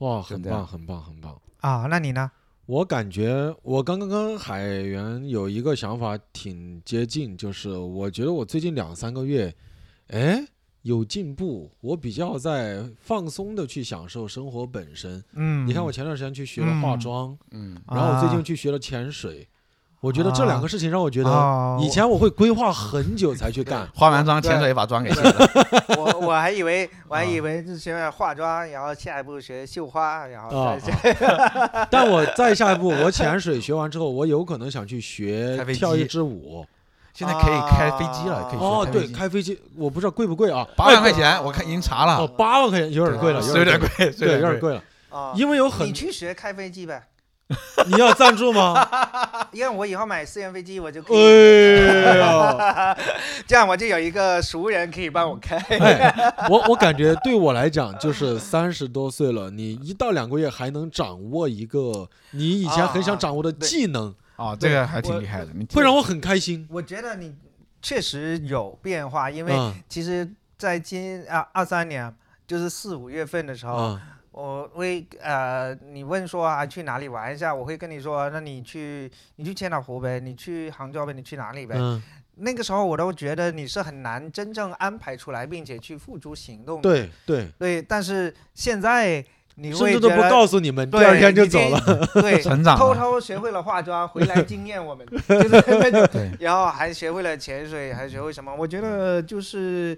哇，很
这样
棒，很棒，很棒。
啊，那你呢？
我感觉我刚刚跟海源有一个想法挺接近，就是我觉得我最近两三个月，哎，有进步，我比较在放松的去享受生活本身。
嗯
你看，我前段时间去学了化
嗯
妆，
嗯
然后我最
啊
近去学了潜水，我觉得这两个事情让我觉得，
哦
以前我会规划很久才去干。
化完妆，
对
潜水把妆给卸了。
我我还以 为我
啊
还以为是学化妆，然后下一步学绣花，然后
啊
再，
但我再下一步，我潜水学完之后，我有可能想去学
开飞
跳一
机
支舞。
现在可以开飞机了，可以
哦，
学
对，
飞机
开飞机，我不知道贵不贵啊？
八万块钱，我看已经查了
哦，，八万块钱有点贵了，
对
是有点
贵，
贵，
对，有点
贵。
贵了。
啊，
因为有
你
很，
去学开飞机呗，啊
你要赞助 吗？
因为我以后买私人飞机，我就可
哎
以，
呦，
这样我就有一个熟人可以帮我开。
哎，我我感觉对我来讲，就是三十多岁了，你一到两个月还能掌握一个你以前很想掌握的技能，
哦，这个还挺厉害的，你
会让我很开心。
我觉得你确实有变化，因为
嗯
其实，在今啊二三年，就是四五月份的时候，
啊，
我会呃，你问说啊去哪里玩一下，我会跟你说，那你去你去千岛湖呗，你去杭州呗，你去哪里呗。
嗯，
那个时候我都觉得你是很难真正安排出来，并且去付诸行动的。
对对，
对，但是现在你
甚
会
至都
觉
不
得
告诉你们，第
对
二天就
已
走
经
了。
对，
成长
偷
了
偷学会了化妆，回来惊艳我们， 就是那种
对
然后还学会了潜水，还学会什么？我觉得就是，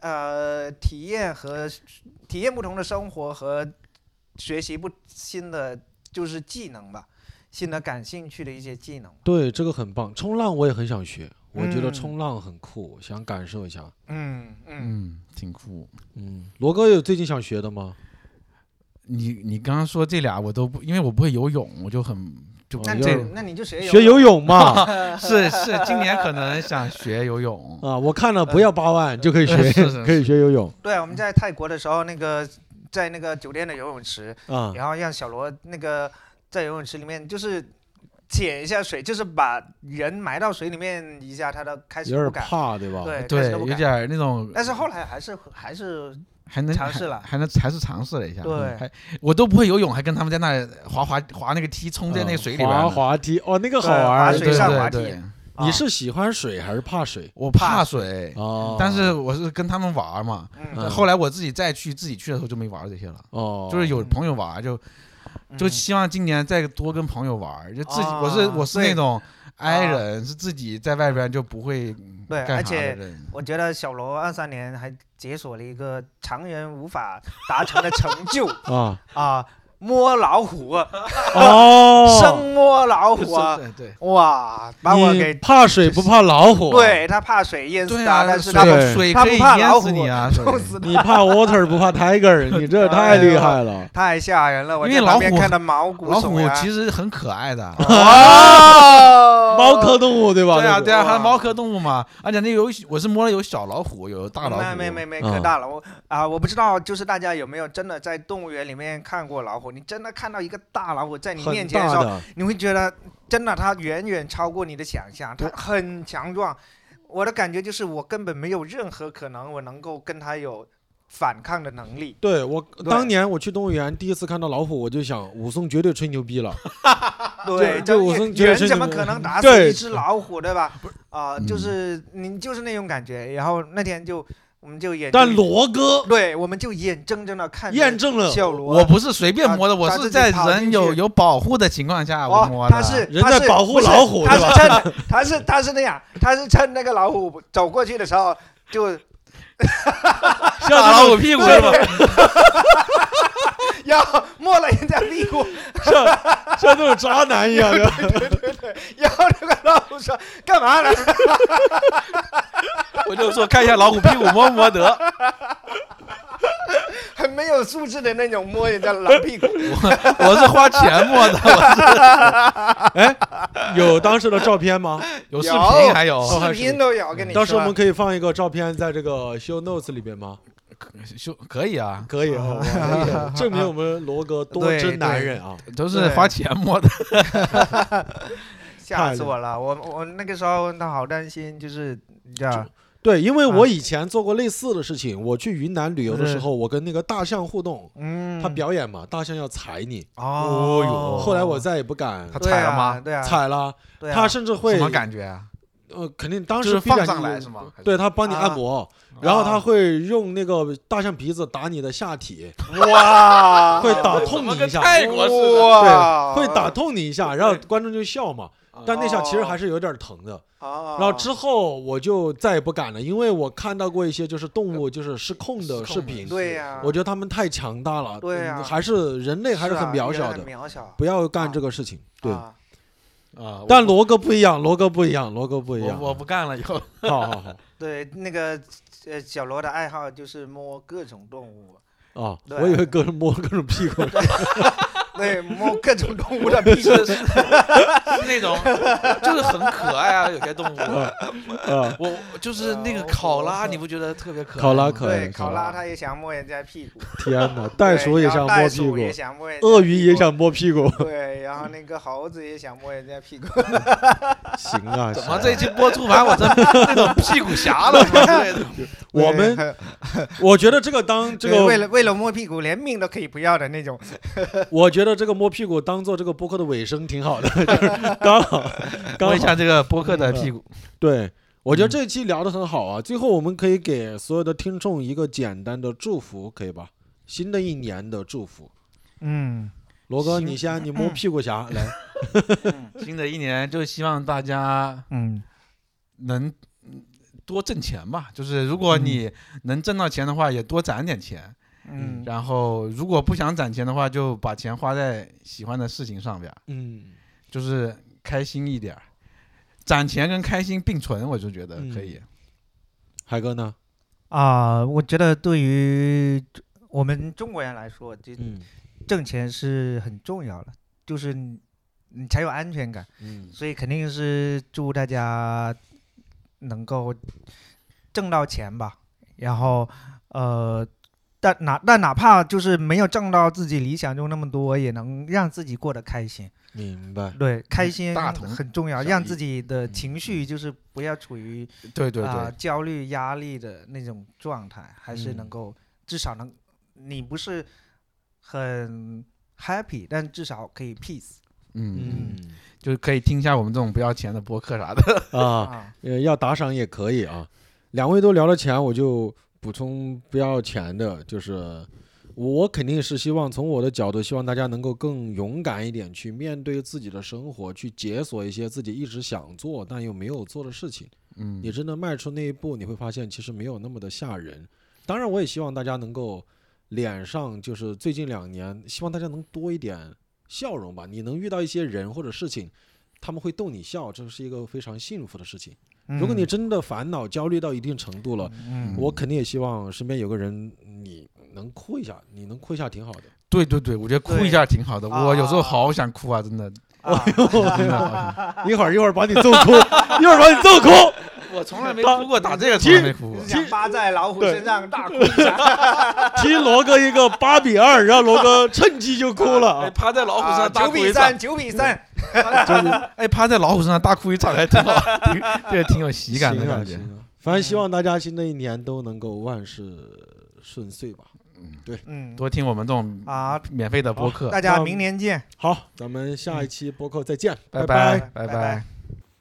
呃，体验和体验不同的生活和学习不新的就是技能吧，新的感兴趣的一些技能。
对，这个很棒。冲浪我也很想学，我觉得
嗯
冲浪很酷，想感受一下。
嗯嗯，
嗯，挺酷。
嗯，罗哥有最近想学的吗？
你你刚刚说这俩我都不，因为我不会游泳，我就很就
哦
那你
你要
就
这
那你就学
学游泳嘛。
是是今年可能想学游泳，
啊，我看了不要八万
嗯
就可以学
是是，是
可以学游泳
对，我们在泰国的时候，那个在那个酒店的游泳池，
啊。
然后让小罗那个在游泳池里面就是潜一下水，就是把人埋到水里面一下，他都开始
有
都不
点
敢。
怕，对吧？
对，开
对，
始都不
有
敢
点儿那种，
但是后来还是还是
还能
尝试了
还还能还是尝试了一下。嗯
对
还我都不会游泳，还跟他们在那里滑滑滑那个梯，冲在那个水里边儿
滑
呢。
滑梯，哦，那个好
对
玩
滑
儿。
水
对
上
对
滑梯
对
啊
你是喜欢水还是怕水？
我怕水，
嗯
哦，
但是我是跟他们玩儿嘛。
嗯
后来我自己再去自己去的时候就没玩儿这些了，
哦，
就是有朋友玩儿就
嗯
就希望今年再多跟朋友玩儿，就自己我是
啊
我是
对啊
那种 i 人，是自己在外边就不会
对，而
干啥的
且
人。
我觉得小罗二三年还解锁了一个常人无法达成的成就
啊，
啊，摸老虎，
哦，
生摸 老虎啊，
对对
哇，把我
你
给
怕水不怕老虎，，
对他怕水淹死
对
他，
啊，
但是
水
他
对
不
水
他
可
不
以
怕老
淹
虎
死你啊，
冻
水
死
你怕 water 不 怕 tiger，你这太厉害了。
太吓人了，我
因
在
为
旁
老
边
虎
看的毛骨
老虎
悚然。
其实很可爱 的。
哦，
猫科动物对吧？
对啊，对
啊，
啊，
哇
还有猫科动物嘛，而且那有我是摸了有小老虎，有大老虎，
没没没没，
嗯
可大了我啊！我不知道，就是大家有没有真的在动物园里面看过老虎？你真的看到一个大老虎在你面
很
前的
大
时候，
的，
你会觉得真的它远远超过你的想象，它很强壮。我的感觉就是我根本没有任何可能我能够跟它有反抗的能力。
对我
对
当年我去动物园第一次看到老虎，我就想武松绝对吹牛逼了。
对，
就
啊就
我
人
是觉得
人
是
怎么
你
可能打死
对
一只老虎，对吧？啊，
嗯
就是你就是那种感觉。然后那天就我们就眼
但
睁
罗 哥
对，我们就眼睁睁的看着
验证 了，
小罗，
我不是随便摸的，
它
我
它自
是
己
在
跑进
人有
去
有保护的情况下我
哦
摸，的。
他 是
人
他
在
是
保护
不是
老虎
他
对
是趁他是他是那样，他是趁那个老虎走过去的时候就，
像
打
那
老
种
虎屁股是吧？
然后摸了人家屁股，
像像那种渣男一样的。
然后那个老虎说干嘛呢？
我就说看一下老虎屁股摸不摸得。
很没有素质的那种摸人家老屁股，
我是花钱摸的， 我
有当时的照片吗？
有视频还
哦
有
还
视
是
频都有，我跟你说，
当时我们可以放一个照片在这个 show notes 里边吗？
就可以啊，
可以 啊，哇可以证明我们罗哥多
对
真男人啊！
都是花钱摸的。
吓死我了！我我那个时候他好担心，就是你知道，
对，因为我以前做过类似的事情，我去云南旅游的时
是
候，我跟那个大象互动，
嗯，
它表演嘛，大象要踩你，
哦
哦
后来我再也不敢
它
对
踩了
啊
吗
对啊，
踩了，
对啊，
它甚至会
什么感觉啊？
呃，肯定当
就
时
是
必然
放上
你
来是吗？
对他帮你按
啊
摩，然后他
啊
会用那个大象鼻子打你的下体，
哇，
会打痛你一下，
泰国式的
哇，
对，会打痛你一下，然后观众就笑嘛。但那下其实还是有点疼的。
哦，
然后之后我就再也不敢了，因为我看到过一些就是动物就是失控的视频，
对呀，
我觉得他们太强大了，
对
嗯
啊
还是人类还是
啊
很渺小
有
的
点，渺小，
不要干这个事情。对，
啊
啊，
但罗哥不一样，罗哥不一样，罗哥不一
我
样。
我不干了以后，
好好好
对那个呃小罗的爱好就是摸各种动物，
啊，
对
我以为各种摸各种屁股。
对，摸各种动物的屁 股
是是 那种就是很可爱啊，有些动物。
啊，
我就是那个考拉，你不觉得特别可爱吗？
考拉可爱
对，
考
考
拉
拉他也想摸人家屁股，
天 哪， 袋鼠
对
也
然
想
后
摸
袋
屁
鼠也
股，
想摸人家屁股，
鳄鱼也想摸 屁股。
对，然后那个猴子也想摸人家屁股，
行啊，
怎
行
么
啊
这期播出完我这那种屁股侠了什么之类的？
我们
对
我觉得这个当这
对为
个，
了为了摸屁股连命都可以不要的那种，
我觉得这个摸屁股当做这个播客的尾声挺好的， 就是刚好
摸
刚
一
好
下这个播客的屁股，
对。我觉得这期聊得很好啊，最后我们可以给所有的听众一个简单的祝福，可以吧？新的一年的祝福，
嗯，
罗哥，
行
你先，你摸屁股 侠嗯来，
新的一年就希望大家
嗯，
能嗯多挣钱吧。就是如果你
嗯
能挣到钱的话，也多攒点钱。
嗯，
然后如果不想攒钱的话，就把钱花在喜欢的事情上边儿，
嗯，
就是开心一点儿。攒钱跟开心并存，我就觉得可以。
海哥呢？
啊、我觉得对于我们中国人来说，这
嗯
挣钱是很重要的，就是你你才有安全感，
嗯
所以肯定是祝大家能够挣到钱吧。然后，呃，但哪但哪怕就是没有挣到自己理想中那么多，也能让自己过得开心。
明白。
对，开心
嗯大同
很重要，
小
让
异嗯
自己的情绪就是不要处于
对对
啊、
对，
焦虑、压力的那种状态，还是能
嗯
够、至少能，你不是很 happy，但至少可以 peace
嗯，
嗯
就是可以听一下我们这种不要钱的播客啥的。
啊，
啊。
呃，要打赏也可以啊。两位都聊了钱，我就补充不要钱的，就是。我肯定是希望从我的角度，希望大家能够更勇敢一点，去面对自己的生活，去解锁一些自己一直想做但又没有做的事情。
嗯
你真的迈出那一步，你会发现其实没有那么的吓人。当然，我也希望大家能够脸上就是最近两年，希望大家能多一点笑容吧。你能遇到一些人或者事情，他们会逗你笑，这是一个非常幸福的事情。如
嗯
果你真的烦恼、焦虑到一定程度了，
嗯，
我肯定也希望身边有个人，你能哭一下，你能哭一下挺好的。
对对对，我觉得哭
对
一下挺好的。
啊
我有时候好想哭啊，真的。
嗯啊
真的好想
一会儿一会儿把你揍哭，一会儿把你揍哭。
我从来没哭过，打这个从来没哭过。
两巴在老虎
对
身上 大哭一下，
踢罗哥一个八比二，让罗哥趁机就哭了啊
哎，！趴在老虎身上大
九
哭
比
一场，
三，九比三，
哎，趴在老虎身上大哭一场还挺好，挺这个挺 有喜 感的
行啊
感觉。
行啊反正希望大家新的一年都能够万事顺遂吧。
嗯，
多听我们这种
啊，
免费的播客，
大家明年见，
好，咱们下一期播客再见，拜
拜
拜
拜
拜。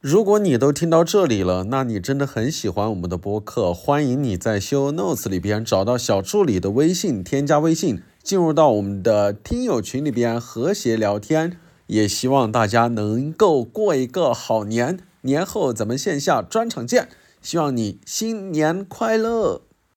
如果你都听到这里了，那你真的很喜欢我们的播客，欢迎你在 show notes 里边找到小助理的微信，添加微信，进入到我们的听友群里边和谐聊天。也希望大家能够过一个好年，年后咱们线下专场见，希望你新年快乐。